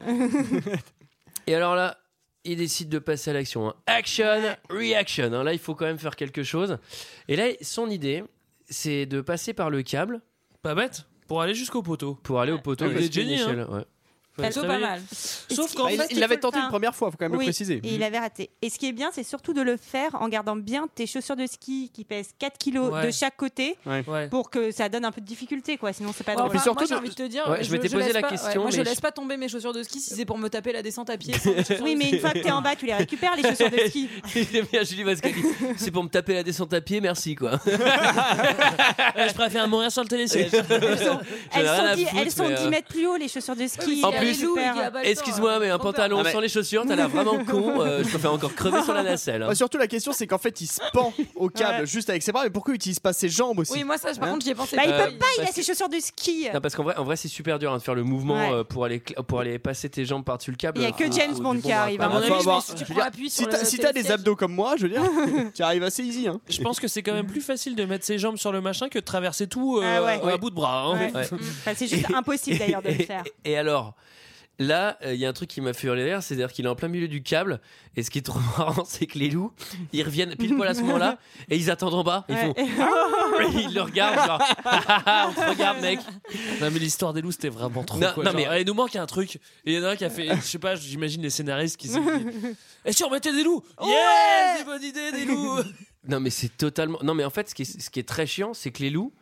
Speaker 1: Et alors là, il décide de passer à l'action. hein. Action, reaction. hein. Là, il faut quand même faire quelque chose. Et là, son idée, c'est de passer par le câble.
Speaker 8: Pas bête. Pour aller jusqu'au poteau.
Speaker 1: Pour aller au poteau.
Speaker 8: Il est
Speaker 1: Ah, parce qu'il y a une
Speaker 8: génie, hein.
Speaker 1: échelle, ouais.
Speaker 8: Faut aller
Speaker 7: Plutôt
Speaker 8: travailler.
Speaker 7: pas mal.
Speaker 8: Sauf qu'en
Speaker 6: Bah, il-
Speaker 8: fait,
Speaker 6: il l'avait tenté une première fois, faut quand même le préciser.
Speaker 7: Et il avait raté. Et ce qui est bien, c'est surtout de le faire en gardant bien tes chaussures de ski qui pèsent 4 kilos
Speaker 6: Ouais.
Speaker 7: de chaque côté
Speaker 6: Ouais. Ouais.
Speaker 7: pour que ça donne un peu de difficulté, quoi. Sinon, c'est pas
Speaker 11: Bon,
Speaker 7: drôle.
Speaker 11: enfin, moi, j'ai envie de te dire,
Speaker 1: Ouais, je m'étais posé
Speaker 11: laisse
Speaker 1: la
Speaker 11: pas- ouais,
Speaker 1: question,
Speaker 11: moi, je
Speaker 1: mais
Speaker 11: laisse
Speaker 1: je-
Speaker 11: pas tomber mes chaussures de ski si c'est pour me taper la descente à pied. sans mes chaussures
Speaker 7: Oui,
Speaker 11: de
Speaker 7: mais
Speaker 11: ski.
Speaker 7: une fois que t'es en bas, tu les récupères, les chaussures de ski.
Speaker 1: Il aime bien Julie Vascali. C'est pour me taper la descente à pied, merci quoi.
Speaker 8: Ouais, je préfère mourir sur le télésiège.
Speaker 7: Elles
Speaker 1: J'en ai rien
Speaker 7: sont,
Speaker 1: à
Speaker 7: dix-
Speaker 1: foutre,
Speaker 7: elles sont
Speaker 1: mais,
Speaker 7: 10
Speaker 1: euh,
Speaker 7: mètres plus haut, les chaussures de ski.
Speaker 1: En
Speaker 7: Elles
Speaker 1: plus,
Speaker 7: récupèrent.
Speaker 11: ah, bah,
Speaker 7: hein.
Speaker 1: Excuse-moi,
Speaker 11: hein.
Speaker 1: mais un pantalon
Speaker 6: Ah, mais-
Speaker 1: sans les chaussures, t'as l'air vraiment con. euh, je préfère encore crever sur la nacelle. hein.
Speaker 7: Oh,
Speaker 6: Ouais, Bah, surtout la question c'est qu'en fait il se pend au câble
Speaker 1: Ouais.
Speaker 6: juste avec ses bras mais pourquoi il utilise pas ses jambes aussi
Speaker 11: Oui, moi, ça, par contre, j'y ai pensé.
Speaker 7: Bah, il
Speaker 1: Euh,
Speaker 7: peut pas, il a
Speaker 1: parce-
Speaker 7: ses chaussures de ski.
Speaker 1: Non, parce qu'en vrai, en vrai c'est super dur hein, de faire le mouvement
Speaker 7: Ouais.
Speaker 1: euh, pour, aller, cl- pour aller passer tes jambes par-dessus le câble.
Speaker 7: Il y a
Speaker 1: euh,
Speaker 7: que
Speaker 1: faut-
Speaker 7: James
Speaker 1: faut
Speaker 7: Bond
Speaker 1: du
Speaker 7: qui
Speaker 1: bon
Speaker 7: arrive, hein.
Speaker 1: bras, quoi.
Speaker 7: à mon
Speaker 6: Faut
Speaker 7: avis,
Speaker 6: avoir-
Speaker 11: si
Speaker 6: je
Speaker 11: tu
Speaker 6: veux
Speaker 11: prends
Speaker 6: dire,
Speaker 11: appui
Speaker 6: si
Speaker 11: sur
Speaker 6: t'as
Speaker 11: le
Speaker 6: si t'as des
Speaker 11: télésiège.
Speaker 6: abdos comme moi je veux dire tu arrives assez easy hein.
Speaker 8: Je pense que c'est quand même plus facile de mettre ses jambes sur le machin que de traverser tout euh,
Speaker 7: Ah ouais.
Speaker 8: à bout de bras. hein.
Speaker 7: Ouais. Mm. Enfin, c'est juste impossible d'ailleurs de le faire.
Speaker 1: Et alors Là, euh, il y a un truc qui m'a fait hurler de rire, c'est-à-dire qu'il est en plein milieu du câble, et ce qui est trop marrant, c'est que les loups, ils reviennent pile poil à ce moment-là, et ils attendent en bas, et ils font.
Speaker 11: Oh,
Speaker 1: Et ils le regardent, genre, on te regarde, mec.
Speaker 8: Non mais l'histoire des loups c'était vraiment trop.
Speaker 1: Non,
Speaker 8: quoi,
Speaker 1: non,
Speaker 8: genre,
Speaker 1: mais-
Speaker 8: eh, il nous manque un truc. Et il y en a un qui a fait, je sais pas, j'imagine les scénaristes qui. se- Et si on mettait des loups Yeah, c'est bonne idée des loups.
Speaker 1: Non, mais c'est totalement. Non, mais en fait, ce qui est, ce qui est très chiant, c'est que les loups,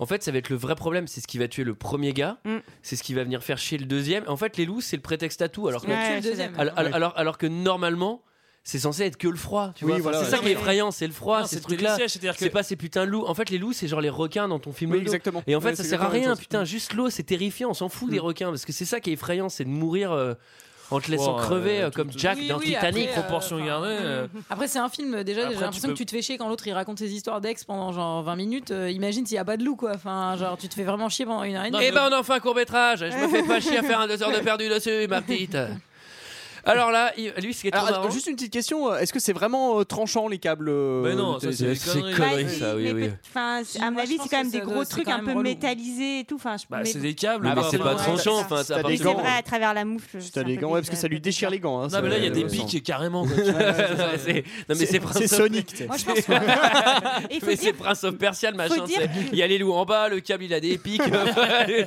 Speaker 1: en fait, ça va être le vrai problème. C'est ce qui va tuer le premier gars.
Speaker 6: Mm.
Speaker 1: C'est ce qui va venir faire chier le deuxième. En fait, les loups, c'est le prétexte à tout. Alors que,
Speaker 11: Ouais, Tu le deuxième.
Speaker 1: Alors, alors, alors- alors que normalement. C'est censé être que le froid, tu
Speaker 6: Oui,
Speaker 1: vois. Enfin,
Speaker 6: voilà,
Speaker 1: c'est
Speaker 6: ouais.
Speaker 1: ça qui est
Speaker 6: Ouais.
Speaker 1: effrayant, c'est le froid,
Speaker 8: Non,
Speaker 1: ces
Speaker 8: c'est le
Speaker 1: trucs-là.
Speaker 8: télésiège, c'est-à-dire que-
Speaker 1: C'est pas ces putains de loups. En fait, les loups, c'est genre les requins dans ton film.
Speaker 6: Oui,
Speaker 1: Lodo.
Speaker 6: exactement.
Speaker 1: Et en fait,
Speaker 6: Ouais,
Speaker 1: ça
Speaker 6: c'est
Speaker 1: sert à
Speaker 6: exactement la
Speaker 1: rien,
Speaker 6: même chose.
Speaker 1: putain. Juste l'eau, c'est terrifiant. On s'en fout
Speaker 8: Mm.
Speaker 1: des requins parce que c'est ça qui est effrayant, c'est de mourir euh, en te laissant
Speaker 8: Bon, euh,
Speaker 1: crever euh,
Speaker 8: tout-
Speaker 1: comme
Speaker 8: tout-
Speaker 1: Jack
Speaker 11: Oui,
Speaker 1: dans
Speaker 11: oui,
Speaker 1: Titanic.
Speaker 11: après, euh, mm.
Speaker 8: Proportion gardée. euh,
Speaker 11: Après, c'est un film, déjà,
Speaker 8: Après,
Speaker 11: j'ai l'impression
Speaker 8: tu peux-
Speaker 11: que tu te fais chier quand l'autre il raconte ses histoires d'ex pendant genre 20 minutes. Euh, imagine s'il n'y a pas de loup, quoi. Enfin, genre, tu te fais vraiment chier pendant une heure et demie.
Speaker 1: Eh ben on a enfin un court métrage. Je me fais pas chier à faire un deux heures de perdu dessus, ma petite. Alors là, il- lui, ce qui est trop
Speaker 6: Alors,
Speaker 1: marrant.
Speaker 6: juste une petite question euh, est-ce que c'est vraiment euh, tranchant les câbles euh,
Speaker 1: Mais non,
Speaker 6: de
Speaker 1: ça, c'est
Speaker 6: télésiège
Speaker 1: des conneries.
Speaker 7: Bah,
Speaker 1: conneries,
Speaker 7: si,
Speaker 1: Ah, ça, oui,
Speaker 7: mais
Speaker 1: oui.
Speaker 7: peut- Enfin,
Speaker 11: Si,
Speaker 7: à mon
Speaker 11: moi, je
Speaker 7: avis,
Speaker 11: pense
Speaker 7: c'est quand
Speaker 11: que
Speaker 7: même des
Speaker 11: ça
Speaker 7: gros
Speaker 11: doit- c'est
Speaker 7: trucs
Speaker 11: quand
Speaker 7: un
Speaker 11: même
Speaker 7: peu
Speaker 11: relou.
Speaker 7: métallisés et tout. Enfin, je-
Speaker 8: Bah,
Speaker 7: mais-
Speaker 8: c'est des câbles.
Speaker 1: Ah, mais
Speaker 8: quoi.
Speaker 1: c'est pas
Speaker 8: Ouais.
Speaker 1: tranchant, enfin, ça, à
Speaker 6: t'as des
Speaker 1: partir
Speaker 7: Oui,
Speaker 1: du
Speaker 7: c'est
Speaker 6: gants,
Speaker 7: vrai, à travers la moufle.
Speaker 6: t'as des gants ouais parce que ça lui déchire les gants hein,
Speaker 8: Non mais là il y a
Speaker 6: ça-
Speaker 8: des
Speaker 6: ouais,
Speaker 8: pics
Speaker 6: ça-
Speaker 8: carrément. quoi, tu vois.
Speaker 1: Ouais, c'est- non mais c'est Prince
Speaker 6: c'est
Speaker 1: of-
Speaker 6: Sonic tu sais.
Speaker 11: Moi, je pense
Speaker 7: Et il faut
Speaker 1: mais c'est
Speaker 7: dire-
Speaker 1: Prince of Persia le machin.
Speaker 7: faut dire-
Speaker 1: c'est- Il y a les loups en bas, le câble il a des pics.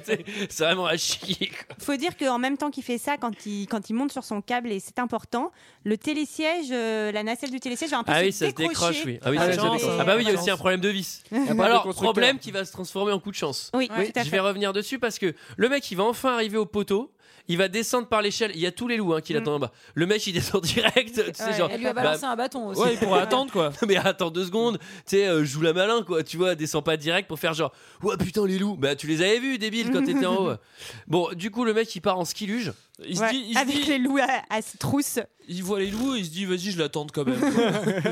Speaker 1: C'est- c'est vraiment à chier. quoi.
Speaker 7: faut dire qu'en même temps qu'il fait ça, quand il, quand il monte sur son câble, et c'est important, le télésiège, euh, la nacelle du télésiège va un peu
Speaker 1: Ah
Speaker 7: se
Speaker 1: oui, ça se
Speaker 7: décrocher.
Speaker 1: décroche, oui. Ah, oui,
Speaker 8: Ah,
Speaker 1: ça se
Speaker 8: chance,
Speaker 1: décroche.
Speaker 8: hein.
Speaker 1: Ah bah oui, il y a aussi
Speaker 8: Chance.
Speaker 1: un problème de vis.
Speaker 6: a pas de
Speaker 1: Alors
Speaker 6: constructeur.
Speaker 1: problème qui va se transformer en coup de chance.
Speaker 7: Oui, tout à
Speaker 1: Je
Speaker 7: fait.
Speaker 1: vais revenir dessus parce que le mec, il va enfin arriver au poteau. Il va descendre par l'échelle. Il y a tous les loups hein, qui
Speaker 7: Mm.
Speaker 1: l'attendent en bas. Le mec, il descend direct. Tu sais,
Speaker 11: Ouais,
Speaker 1: genre,
Speaker 11: Elle lui a
Speaker 1: bah,
Speaker 11: balancé un bâton aussi.
Speaker 8: Ouais il pourrait attendre quoi.
Speaker 1: mais attends deux secondes. Tu sais, euh, joue la malin, quoi. Tu vois, descends pas direct pour faire genre, ouais, putain, les loups. Bah, tu les avais vus, débile, quand t'étais en haut. Bon, du coup, le mec, il part en ski luge.
Speaker 8: Il se
Speaker 7: Ouais,
Speaker 8: dit, il, se
Speaker 7: avec
Speaker 8: dit-
Speaker 7: les loups à, à se trousse.
Speaker 8: il voit les loups et il se dit vas-y je l'attends quand même.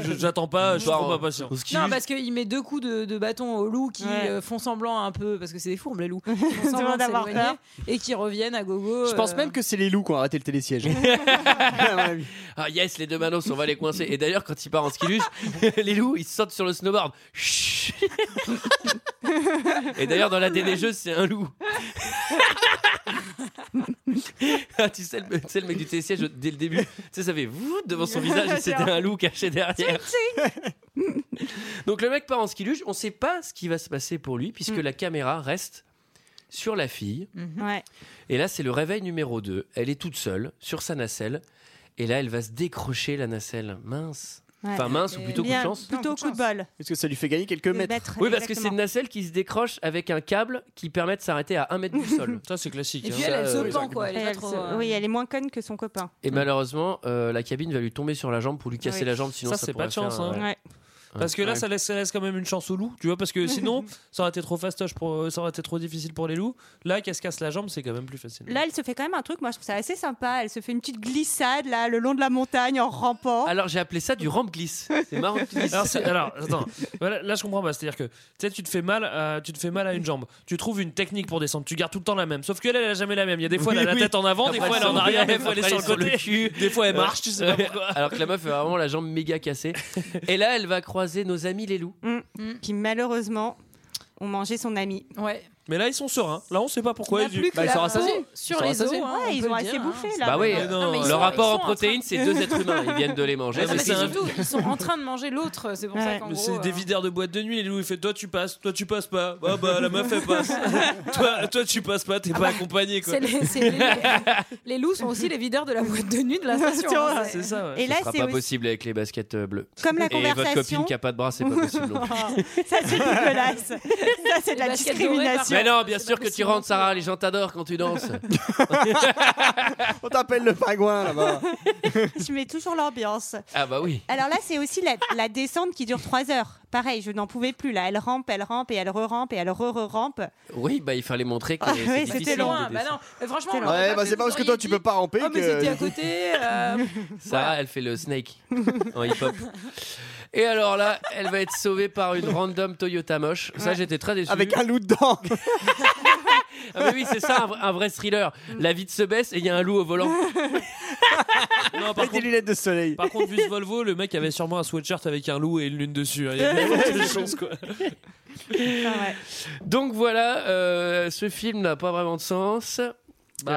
Speaker 8: Je- J'attends pas, je suis
Speaker 1: Part
Speaker 8: trop
Speaker 1: en-
Speaker 8: pas patient.
Speaker 1: en ski
Speaker 11: Non,
Speaker 7: bah,
Speaker 1: luge.
Speaker 11: parce qu'il met deux coups de, de bâton aux loups qui
Speaker 7: Ouais.
Speaker 11: euh, font semblant un peu, parce que c'est des fourbes les loups, qui font
Speaker 7: Demande
Speaker 11: semblant de
Speaker 7: d'avoir
Speaker 11: s'éloigner et qui reviennent à gogo.
Speaker 6: je pense
Speaker 11: euh,
Speaker 6: même que c'est les loups qui ont arrêté le télésiège À mon avis.
Speaker 1: Ah, yes, les deux manos, on va les coincer. Et d'ailleurs, quand il part en ski luge, les loups, ils sautent sur le snowboard. Chut. Et d'ailleurs, dans la déneigeuse, c'est un loup. Ah, tu, sais, le, tu sais, le mec du TCH, dès le début, tu sais, ça fait vous devant son visage et c'était un loup caché derrière. Donc le mec part en ski luge, on sait pas ce qui va se passer pour lui puisque la caméra reste sur la fille.
Speaker 11: mhm.
Speaker 7: Ouais.
Speaker 1: Et là, c'est le réveil numéro 2. Elle est toute seule sur sa nacelle. Et là, elle va se décrocher la nacelle. Mince.
Speaker 7: Ouais.
Speaker 1: Enfin, mince ou plutôt coup de
Speaker 7: Eh Bien,
Speaker 1: chance
Speaker 7: Plutôt coup de bol.
Speaker 6: Est-ce que ça lui fait gagner quelques mètres
Speaker 1: Oui, parce que c'est une nacelle qui se décroche avec un câble qui permet de s'arrêter à 1 mètre du sol. hein, Ça, c'est classique.
Speaker 8: hein.
Speaker 7: Et puis elle, elle se pend, quoi. Elle est pas trop, euh, Oui, elle est moins conne que son copain.
Speaker 1: Et malheureusement, euh, la cabine va lui tomber sur la jambe pour lui casser
Speaker 8: Oui.
Speaker 1: la jambe, sinon
Speaker 8: Ça,
Speaker 1: ça,
Speaker 8: c'est pas de chance, hein. Ouais. Parce que là, ça, laisse, ça laisse quand même une chance aux loups, tu vois, parce que sinon, ça aurait été trop fastoche, pour, ça aurait été
Speaker 11: bah,
Speaker 8: trop difficile pour les loups. Là, qu'elle se casse la jambe, c'est quand même plus facile.
Speaker 7: Là, elle se fait quand même un truc, moi je trouve ça assez sympa. Elle se fait une petite glissade là, le long de la montagne en rampant.
Speaker 1: Alors, j'ai appelé ça du rampe glisse. C'est marrant. que tu dises
Speaker 8: Alors,
Speaker 1: ça.
Speaker 8: c'est- alors, attends, Voilà, là je comprends pas. C'est-à-dire que tu sais, tu te fais mal, à, tu te fais mal à une jambe. Tu trouves une technique pour descendre. Tu gardes tout le temps la même. Sauf qu'elle, elle a jamais la même. Il y a des fois elle a
Speaker 1: Oui,
Speaker 8: la
Speaker 1: oui.
Speaker 8: tête en avant, des
Speaker 1: Après,
Speaker 8: fois elle est en
Speaker 1: sur-
Speaker 8: arrière, des fois elle est
Speaker 1: après,
Speaker 8: sur le côté.
Speaker 1: cul.
Speaker 8: Des fois elle marche, tu sais pas
Speaker 1: Ouais.
Speaker 8: pourquoi.
Speaker 1: Alors que la meuf a vraiment la jambe méga cassée. Et là, elle va croiser nos amis les loups.
Speaker 7: Mm. Qui malheureusement ont mangé son ami.
Speaker 11: Ouais.
Speaker 8: Mais là ils sont sereins. Là on sait pas pourquoi.
Speaker 7: Il n'a plus que Bah, ils la- sont rassasiés.
Speaker 11: sur
Speaker 8: Ils sont
Speaker 11: les
Speaker 8: rassasiés.
Speaker 11: os, hein, on
Speaker 7: ouais, ils
Speaker 11: peut
Speaker 7: ont
Speaker 11: le
Speaker 7: assez
Speaker 11: dire,
Speaker 7: bouffé là.
Speaker 1: Bah oui,
Speaker 8: Mais non,
Speaker 1: le
Speaker 8: mais ils sont-
Speaker 1: rapport
Speaker 8: ils
Speaker 1: en
Speaker 8: sont en
Speaker 1: protéines,
Speaker 8: train-
Speaker 1: c'est deux êtres humains. Ils viennent de les manger.
Speaker 8: Ouais, mais
Speaker 1: Mais
Speaker 8: c'est
Speaker 1: c'est-
Speaker 8: un-
Speaker 11: Ils sont en train de manger l'autre, c'est pour ça qu'en
Speaker 8: Mais
Speaker 11: gros. euh,
Speaker 8: c'est des videurs de boîte de nuit, les loups. Il fait Toi tu passes, toi tu passes pas. Bah bah la meuf elle passe. toi, toi tu passes pas, t'es pas accompagné quoi.
Speaker 11: C'est les, c'est les- les loups sont aussi les videurs de la boîte de nuit de la station.
Speaker 7: Tiens,
Speaker 11: hein,
Speaker 7: c'est
Speaker 8: ça.
Speaker 7: Et là,
Speaker 1: Ce sera
Speaker 7: c'est
Speaker 1: pas
Speaker 7: aussi-
Speaker 1: possible avec les baskets euh, bleues.
Speaker 7: Comme la
Speaker 1: Et votre
Speaker 7: conversation-
Speaker 1: copine qui a pas de bras, c'est pas possible. non plus.
Speaker 7: Ça c'est dégueulasse. Ça c'est de la
Speaker 11: baskets dorées,
Speaker 7: discrimination.
Speaker 1: Mais non, bien sûr que tu rentres, Sarah. Les gens t'adorent quand tu danses.
Speaker 6: On t'appelle le pingouin là-bas.
Speaker 7: Je mets toujours l'ambiance.
Speaker 1: Ah bah oui.
Speaker 7: Alors là, c'est aussi la, la descente qui dure 3 heures. Pareil, je n'en pouvais plus. Là, elle rampe, elle rampe et elle re-rampe et elle re-re-rampe.
Speaker 1: Oui, bah il fallait montrer que
Speaker 7: Ah
Speaker 1: c'est
Speaker 7: ouais,
Speaker 1: difficile.
Speaker 7: c'était loin,
Speaker 1: de
Speaker 7: bah
Speaker 1: descendre.
Speaker 11: Mais franchement, on leur aurait
Speaker 6: Ouais, bah
Speaker 11: fait,
Speaker 6: c'est pas
Speaker 11: vous
Speaker 6: parce que toi
Speaker 11: auriez
Speaker 6: tu
Speaker 11: dit,
Speaker 6: peux pas ramper
Speaker 11: Oh, mais
Speaker 6: que.
Speaker 11: c'était à côté. euh,
Speaker 1: Sarah, elle fait le snake en hip-hop. Et alors là, elle va être sauvée par une random Toyota moche. Ça, j'étais très déçu.
Speaker 6: Avec un loup dedans.
Speaker 1: Ah mais oui, c'est ça, un, vrai- un vrai thriller. La vie se baisse et il y a un loup au volant.
Speaker 8: Non, par
Speaker 6: Avec des
Speaker 8: contre,
Speaker 6: lunettes de soleil.
Speaker 8: par contre, vu ce Volvo, le mec avait sûrement un sweatshirt avec un loup et une lune dessus. hein. Il y a de fortes chances, quoi.
Speaker 1: Donc voilà, euh, ce film n'a pas vraiment de sens.
Speaker 8: Bah,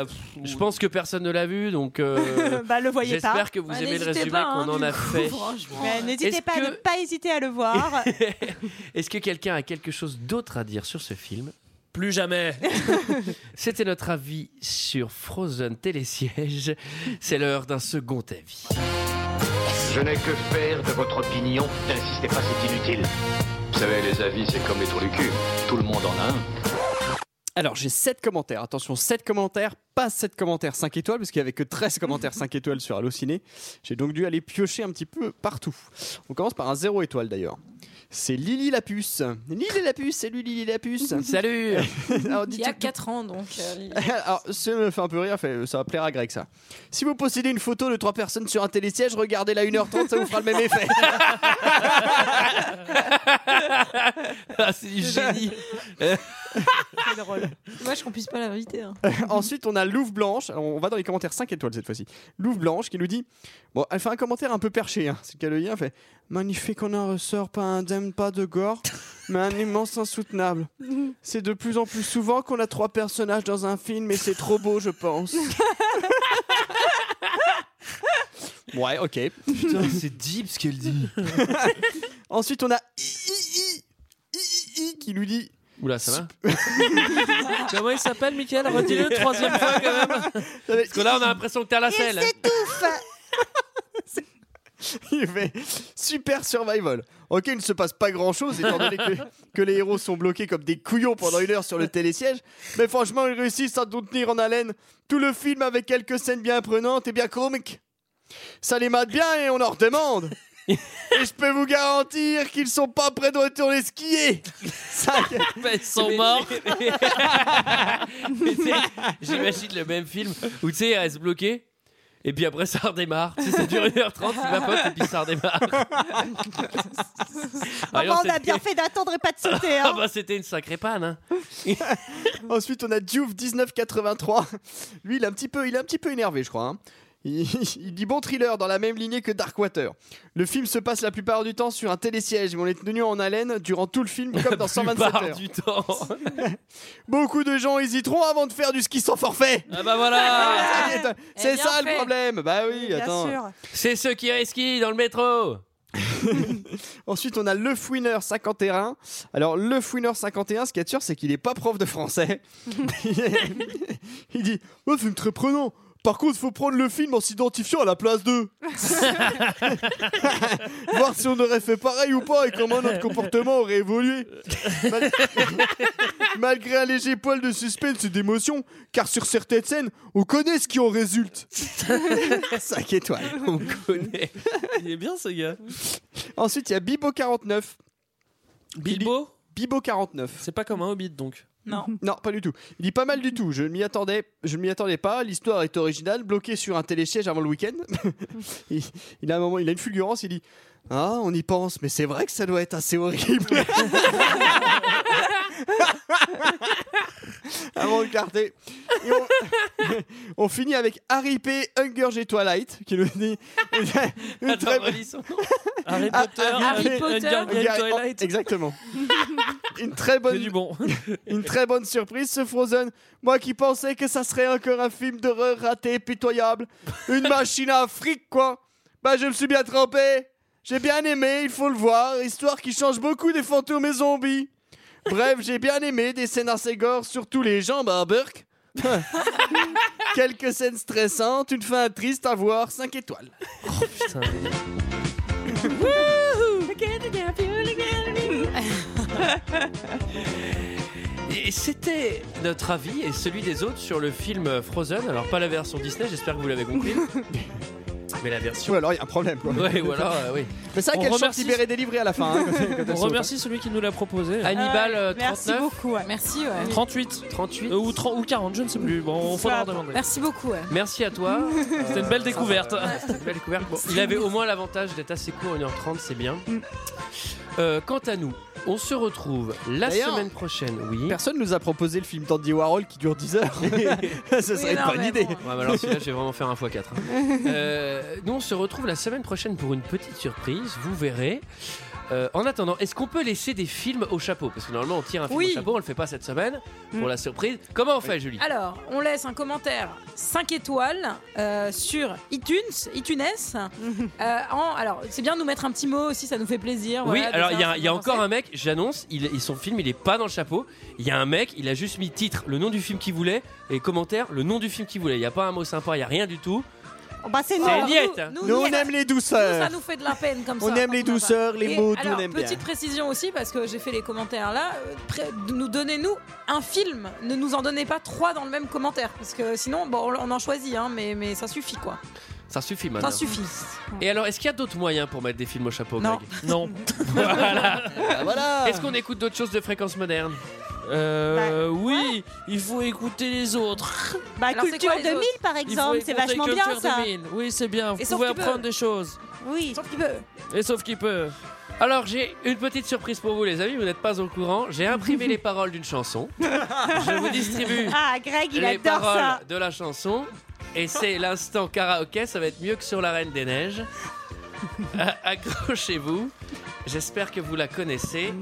Speaker 1: Euh, je pense que personne ne l'a vu, donc euh,
Speaker 7: bah, le voyez pas.
Speaker 1: j'espère que vous
Speaker 11: bah,
Speaker 1: aimez le
Speaker 11: n'hésitez
Speaker 1: résumé
Speaker 11: pas, hein,
Speaker 1: qu'on en
Speaker 11: du
Speaker 1: a
Speaker 11: coup,
Speaker 1: fait.
Speaker 11: franchement.
Speaker 7: Mais N'hésitez
Speaker 1: Est-ce
Speaker 7: pas à
Speaker 1: que-
Speaker 7: ne pas hésiter à le voir.
Speaker 1: Est-ce que quelqu'un a quelque chose d'autre à dire sur ce film
Speaker 8: Plus jamais.
Speaker 1: C'était notre avis sur Frozen Télésiège. C'est l'heure d'un second avis.
Speaker 2: Je n'ai que faire de votre opinion. N'insistez pas, c'est inutile.
Speaker 5: Vous savez, les avis, c'est comme les trous du cul. Tout le monde en a un.
Speaker 6: Alors, j'ai 7 commentaires. Attention, 7 commentaires, pas 7 commentaires 5 étoiles, parce qu'il n'y avait que 13 commentaires 5 étoiles sur Allociné. J'ai donc dû aller piocher un petit peu partout. On commence par un 0 étoile d'ailleurs. C'est Lily la puce. Lily la puce, salut Lily la puce.
Speaker 1: Salut
Speaker 6: Alors,
Speaker 11: Il y a 4 ans donc. euh,
Speaker 6: Alors, ça me fait un peu rire, fait, ça va plaire à Greg ça. Si vous possédez une photo de trois personnes sur un télésiège, regardez-la 1h30, ça vous fera le même effet.
Speaker 1: Ah, c'est du génie
Speaker 7: C'est drôle.
Speaker 11: Dommage qu'on puisse pas l'inviter. hein.
Speaker 6: Ensuite, on a Louve Blanche. Alors, on va dans les commentaires 5 étoiles cette fois-ci. Louve Blanche qui nous dit Bon, elle fait un commentaire un peu perché, hein. c'est le cas de dire. Elle fait Magnifique, on en ressort pas indemne, pas de gore, mais un immense insoutenable. C'est de plus en plus souvent qu'on a trois personnages dans un film et c'est trop beau, je pense. ouais, ok.
Speaker 1: Putain, c'est deep ce qu'elle dit.
Speaker 6: Ensuite, on a I- I- I- I- I- I qui nous dit
Speaker 1: Oula, ça va
Speaker 8: Comment il s'appelle, Michael Redis-le troisième fois quand même.
Speaker 1: Parce que là, on a l'impression que t'es à la selle. hein.
Speaker 6: Il fait super survival. Ok, il ne se passe pas grand chose étant donné que, que les héros sont bloqués comme des couillons pendant une heure sur le télésiège. Mais franchement, ils réussissent à nous tenir en haleine tout le film avec quelques scènes bien prenantes et bien comiques. Ça les mate bien et on en redemande. Et je peux vous garantir qu'ils sont pas prêts de retourner skier. Ça,
Speaker 1: Bah, ils sont morts. Mais tu sais, J'imagine le même film où tu sais, elle se bloquer. Et puis après, ça redémarre. Tu sais, ça dure 1h30, il vapote et puis ça redémarre. Ah,
Speaker 7: Maman,
Speaker 1: alors,
Speaker 7: on a
Speaker 1: c'était-
Speaker 7: bien fait hein. d'attendre et pas de sauter.
Speaker 1: Ah
Speaker 7: hein.
Speaker 1: bah c'était une sacrée panne. Hein.
Speaker 6: Ensuite, on a Diouf 1983. Lui, il est un petit peu, il est un petit peu énervé, je crois. hein. Il, il dit bon thriller dans la même lignée que Darkwater. Le film se passe la plupart du temps sur un télésiège, mais on est tenu en haleine durant tout le film, comme dans 127
Speaker 1: Plupart
Speaker 6: heures.
Speaker 1: du temps.
Speaker 6: Beaucoup de gens hésiteront avant de faire du ski sans forfait.
Speaker 1: Ah bah voilà.
Speaker 6: Ça y est, C'est
Speaker 11: bien
Speaker 6: ça le
Speaker 11: fait.
Speaker 6: problème. Bah oui,
Speaker 7: Bien
Speaker 6: attends.
Speaker 7: sûr.
Speaker 1: C'est ceux qui risquent dans le métro.
Speaker 6: Ensuite, on a Le Fouineur 51. Alors, Le Fouineur 51, ce qui est sûr, c'est qu'il n'est pas prof de français. il dit Oh, film très prenant, Par contre, faut prendre le film en s'identifiant à la place d'eux. Voir si on aurait fait pareil ou pas et comment notre comportement aurait évolué. Mal- Malgré un léger poil de suspense et d'émotion, car sur certaines scènes, on connaît ce qui en résulte. 5 étoiles. On connaît.
Speaker 8: Il est bien ce gars.
Speaker 6: Ensuite, il y a Bibo49.
Speaker 8: Bilbo
Speaker 6: Bibo49.
Speaker 8: C'est pas comme un hobbit donc.
Speaker 11: Non.
Speaker 6: Non, pas du tout. Il dit pas mal du tout. Je ne m'y attendais, je ne m'y attendais pas. L'histoire est originale, bloquée sur un télésiège avant le week-end. il, il a un moment, il a une fulgurance. Il dit Ah, on y pense, mais c'est vrai que ça doit être assez horrible. avant de carter. Et on, on finit avec Harry P. Hunger G. Twilight qui nous dit une
Speaker 8: Attends,
Speaker 6: très-
Speaker 8: relis son nom. Harry
Speaker 6: Ah,
Speaker 8: Potter, Harry Potter, Hunger Game Twilight.
Speaker 6: Exactement. une très bonne une très bonne surprise ce Frozen moi qui pensais que ça serait encore un film d'horreur raté et pitoyable une machine à fric quoi bah je me suis bien trompé j'ai bien aimé il faut le voir histoire qui change beaucoup des fantômes et zombies bref j'ai bien aimé des scènes assez gore surtout les jambes à Burke quelques scènes stressantes une fin triste à voir 5 étoiles
Speaker 8: Putain.
Speaker 1: Et c'était notre avis et celui des autres sur le film Frozen. Alors, pas la version Disney, j'espère que vous l'avez compris. Mais la version.
Speaker 6: ou alors il y a un problème quoi
Speaker 1: Ouais, ou alors, euh, oui.
Speaker 6: mais ça
Speaker 1: On
Speaker 6: qu'elle chante
Speaker 1: remercie-
Speaker 6: libérée délivrée à la fin hein, quand elle- quand elle
Speaker 8: On
Speaker 6: saute, hein.
Speaker 8: remercie celui qui nous l'a proposé.
Speaker 1: Hannibal euh,
Speaker 11: Merci
Speaker 1: 39.
Speaker 11: beaucoup. ouais. Merci. ouais.
Speaker 8: 38.
Speaker 1: 38.
Speaker 8: Euh, ou, 30 ou 40, je ne sais plus. Bon, on faudra demander.
Speaker 11: Merci beaucoup. ouais.
Speaker 1: Merci à toi.
Speaker 8: C'était une belle découverte.
Speaker 1: Euh, c'était une belle découverte. Mm. Bon, il avait au moins l'avantage d'être assez court, 1h30, c'est bien. Euh, quant à nous, on se retrouve la
Speaker 6: D'ailleurs,
Speaker 1: semaine prochaine. Oui.
Speaker 6: Personne nous a proposé le film d'Andy Warhol qui dure 10 heures. Ce serait
Speaker 11: non,
Speaker 6: pas une
Speaker 11: mais
Speaker 6: idée.
Speaker 11: bon.
Speaker 1: Ouais, mais alors celui-là, je vais vraiment faire un x4. hein. Euh, nous, on se retrouve la semaine prochaine pour une petite surprise, vous verrez. Euh, en attendant, est-ce qu'on peut laisser des films au chapeau Parce que normalement, on tire un film
Speaker 11: Oui.
Speaker 1: au chapeau, on le fait pas cette semaine pour la surprise. Comment on fait, Julie
Speaker 11: Alors, on laisse un commentaire 5 étoiles euh, sur iTunes, iTunes. Euh, en- alors, c'est bien de nous mettre un petit mot aussi, ça nous fait plaisir.
Speaker 1: Oui,
Speaker 11: voilà, de
Speaker 1: alors
Speaker 11: faire
Speaker 1: il y a,
Speaker 11: ce
Speaker 1: il y a
Speaker 11: qu'on
Speaker 1: encore
Speaker 11: pensait.
Speaker 1: un mec, j'annonce, il, il- son film il est pas dans le chapeau. Il y a un mec, il a juste mis titre, le nom du film qu'il voulait, et commentaire, le nom du film qu'il voulait. Il y a pas un mot sympa, il y a rien du tout.
Speaker 7: Oh, bah, c'est
Speaker 1: C'est
Speaker 7: nul.
Speaker 1: niette
Speaker 11: Nous,
Speaker 6: Nous,
Speaker 11: nous,
Speaker 6: on aime les
Speaker 11: ça
Speaker 6: douceurs.
Speaker 11: nous fait de la peine comme ça.
Speaker 6: On aime les
Speaker 11: quand a pas.
Speaker 6: douceurs, les
Speaker 11: Et
Speaker 6: mots, tout,
Speaker 11: alors,
Speaker 6: on aime bien.
Speaker 11: petite précision aussi, parce que j'ai fait les commentaires là. euh, pré- Nous donnez-nous un film. Ne nous en donnez pas trois dans le même commentaire. Parce que sinon, bon, on en choisit, hein, mais, mais ça suffit quoi.
Speaker 1: Ça suffit
Speaker 6: Bah
Speaker 1: maintenant.
Speaker 11: Ça suffit.
Speaker 1: Et alors, est-ce qu'il y a d'autres moyens pour mettre des films au chapeau,
Speaker 11: Non.
Speaker 1: Greg
Speaker 8: Non.
Speaker 6: Ah, voilà.
Speaker 1: Est-ce qu'on écoute d'autres choses de fréquence moderne
Speaker 8: Euh, oui, il faut écouter les autres.
Speaker 7: Bah,
Speaker 11: Alors, c'est
Speaker 7: Culture
Speaker 11: quoi, les
Speaker 7: 2000
Speaker 11: autres
Speaker 7: par
Speaker 8: Il faut
Speaker 7: exemple, c'est
Speaker 8: écouter
Speaker 7: vachement bien
Speaker 8: Culture
Speaker 7: ça.
Speaker 8: 2000. Oui, c'est bien. Vous
Speaker 11: Et sauf
Speaker 8: pouvez
Speaker 11: qu'il peut.
Speaker 8: apprendre des choses.
Speaker 7: Oui.
Speaker 11: Sauf qu'il veut.
Speaker 8: Et sauf qu'il peut.
Speaker 1: Alors, j'ai une petite surprise pour vous, les amis, vous n'êtes pas au courant. J'ai imprimé les paroles d'une chanson. Je vous distribue
Speaker 7: Ah, Greg, il
Speaker 1: les
Speaker 7: adore
Speaker 1: paroles
Speaker 7: ça.
Speaker 1: de la chanson. Et c'est l'instant karaoké, ça va être mieux que sur la Reine des Neiges. A- Accrochez-vous, j'espère que vous la connaissez.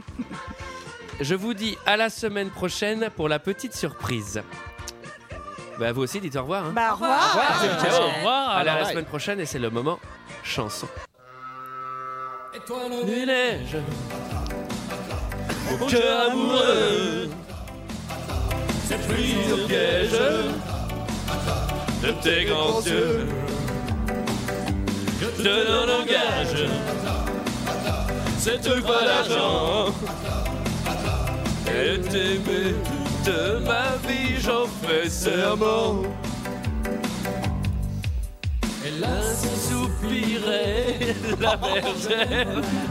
Speaker 1: Je vous dis à la semaine prochaine pour la petite surprise. Bah, vous aussi, dites au revoir. hein.
Speaker 7: Bah, au revoir.
Speaker 1: Ah,
Speaker 8: Ciao, au revoir.
Speaker 1: Allez, à la
Speaker 6: bye.
Speaker 1: semaine prochaine et c'est le moment chanson. Du neige, mon cœur amoureux, cette prise au piège de tes grands yeux. Je te donne en gage cette fois d'argent. Et t'aimer de ma vie, j'en fais serment. Elle ainsi soupirait la bergère.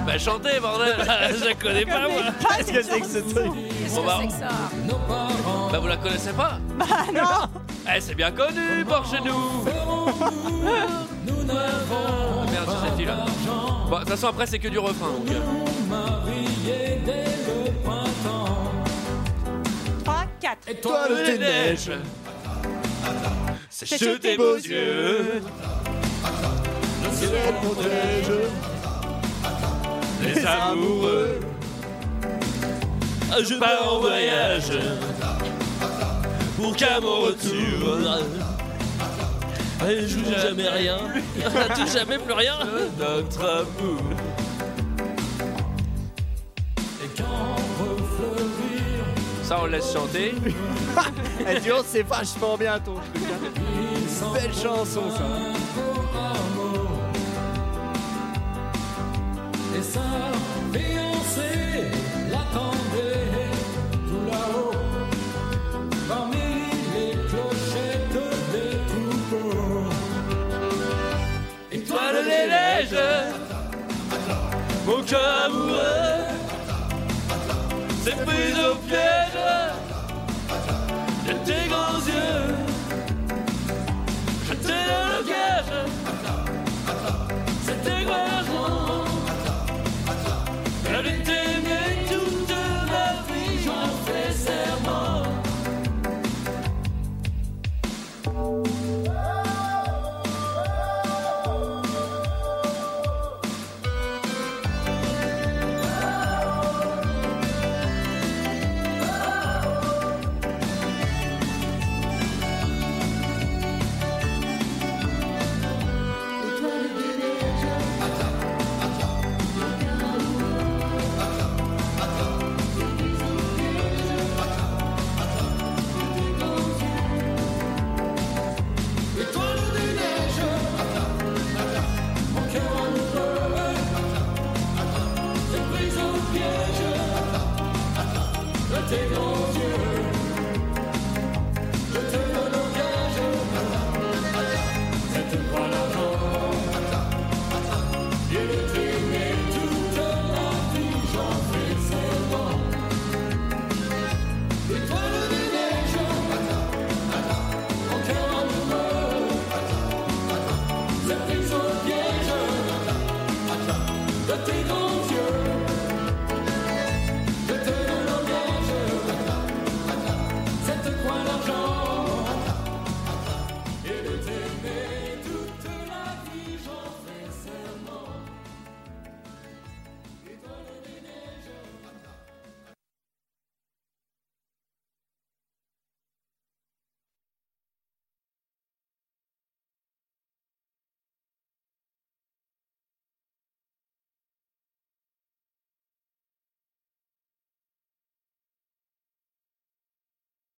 Speaker 1: Bah chantez bordel, je la connais pas moi.
Speaker 6: Qu'est-ce que c'est que ce truc
Speaker 11: Qu'est-ce
Speaker 1: Bon,
Speaker 11: que
Speaker 1: bah,
Speaker 11: c'est que ça
Speaker 1: Bah vous la connaissez pas Bah non Eh c'est bien connu par chez nous Nous n'avons Merde j'ai cette fille-là. Bon, de toute façon après c'est que du refrain donc. euh.
Speaker 7: 3, 4.
Speaker 6: Toi, le
Speaker 1: Les
Speaker 6: ténèbres.
Speaker 1: neiges C'est chez tes beaux yeux Les amoureux Je pars en voyage Pour qu'à mon retour Elle joue jamais rien
Speaker 8: T'as jamais plus rien.
Speaker 1: notre amour. Et quand refleurir
Speaker 13: Ça, on laisse chanter.
Speaker 6: Elle dit, oh, c'est vachement bien ton truc. hein. Belle chanson, ça.
Speaker 2: Et ça, Beyoncé l'attendait tout là-haut, parmi les clochettes des troupeaux.
Speaker 8: Étoile des neiges, mon cœur amoureux, c'est pris au pied.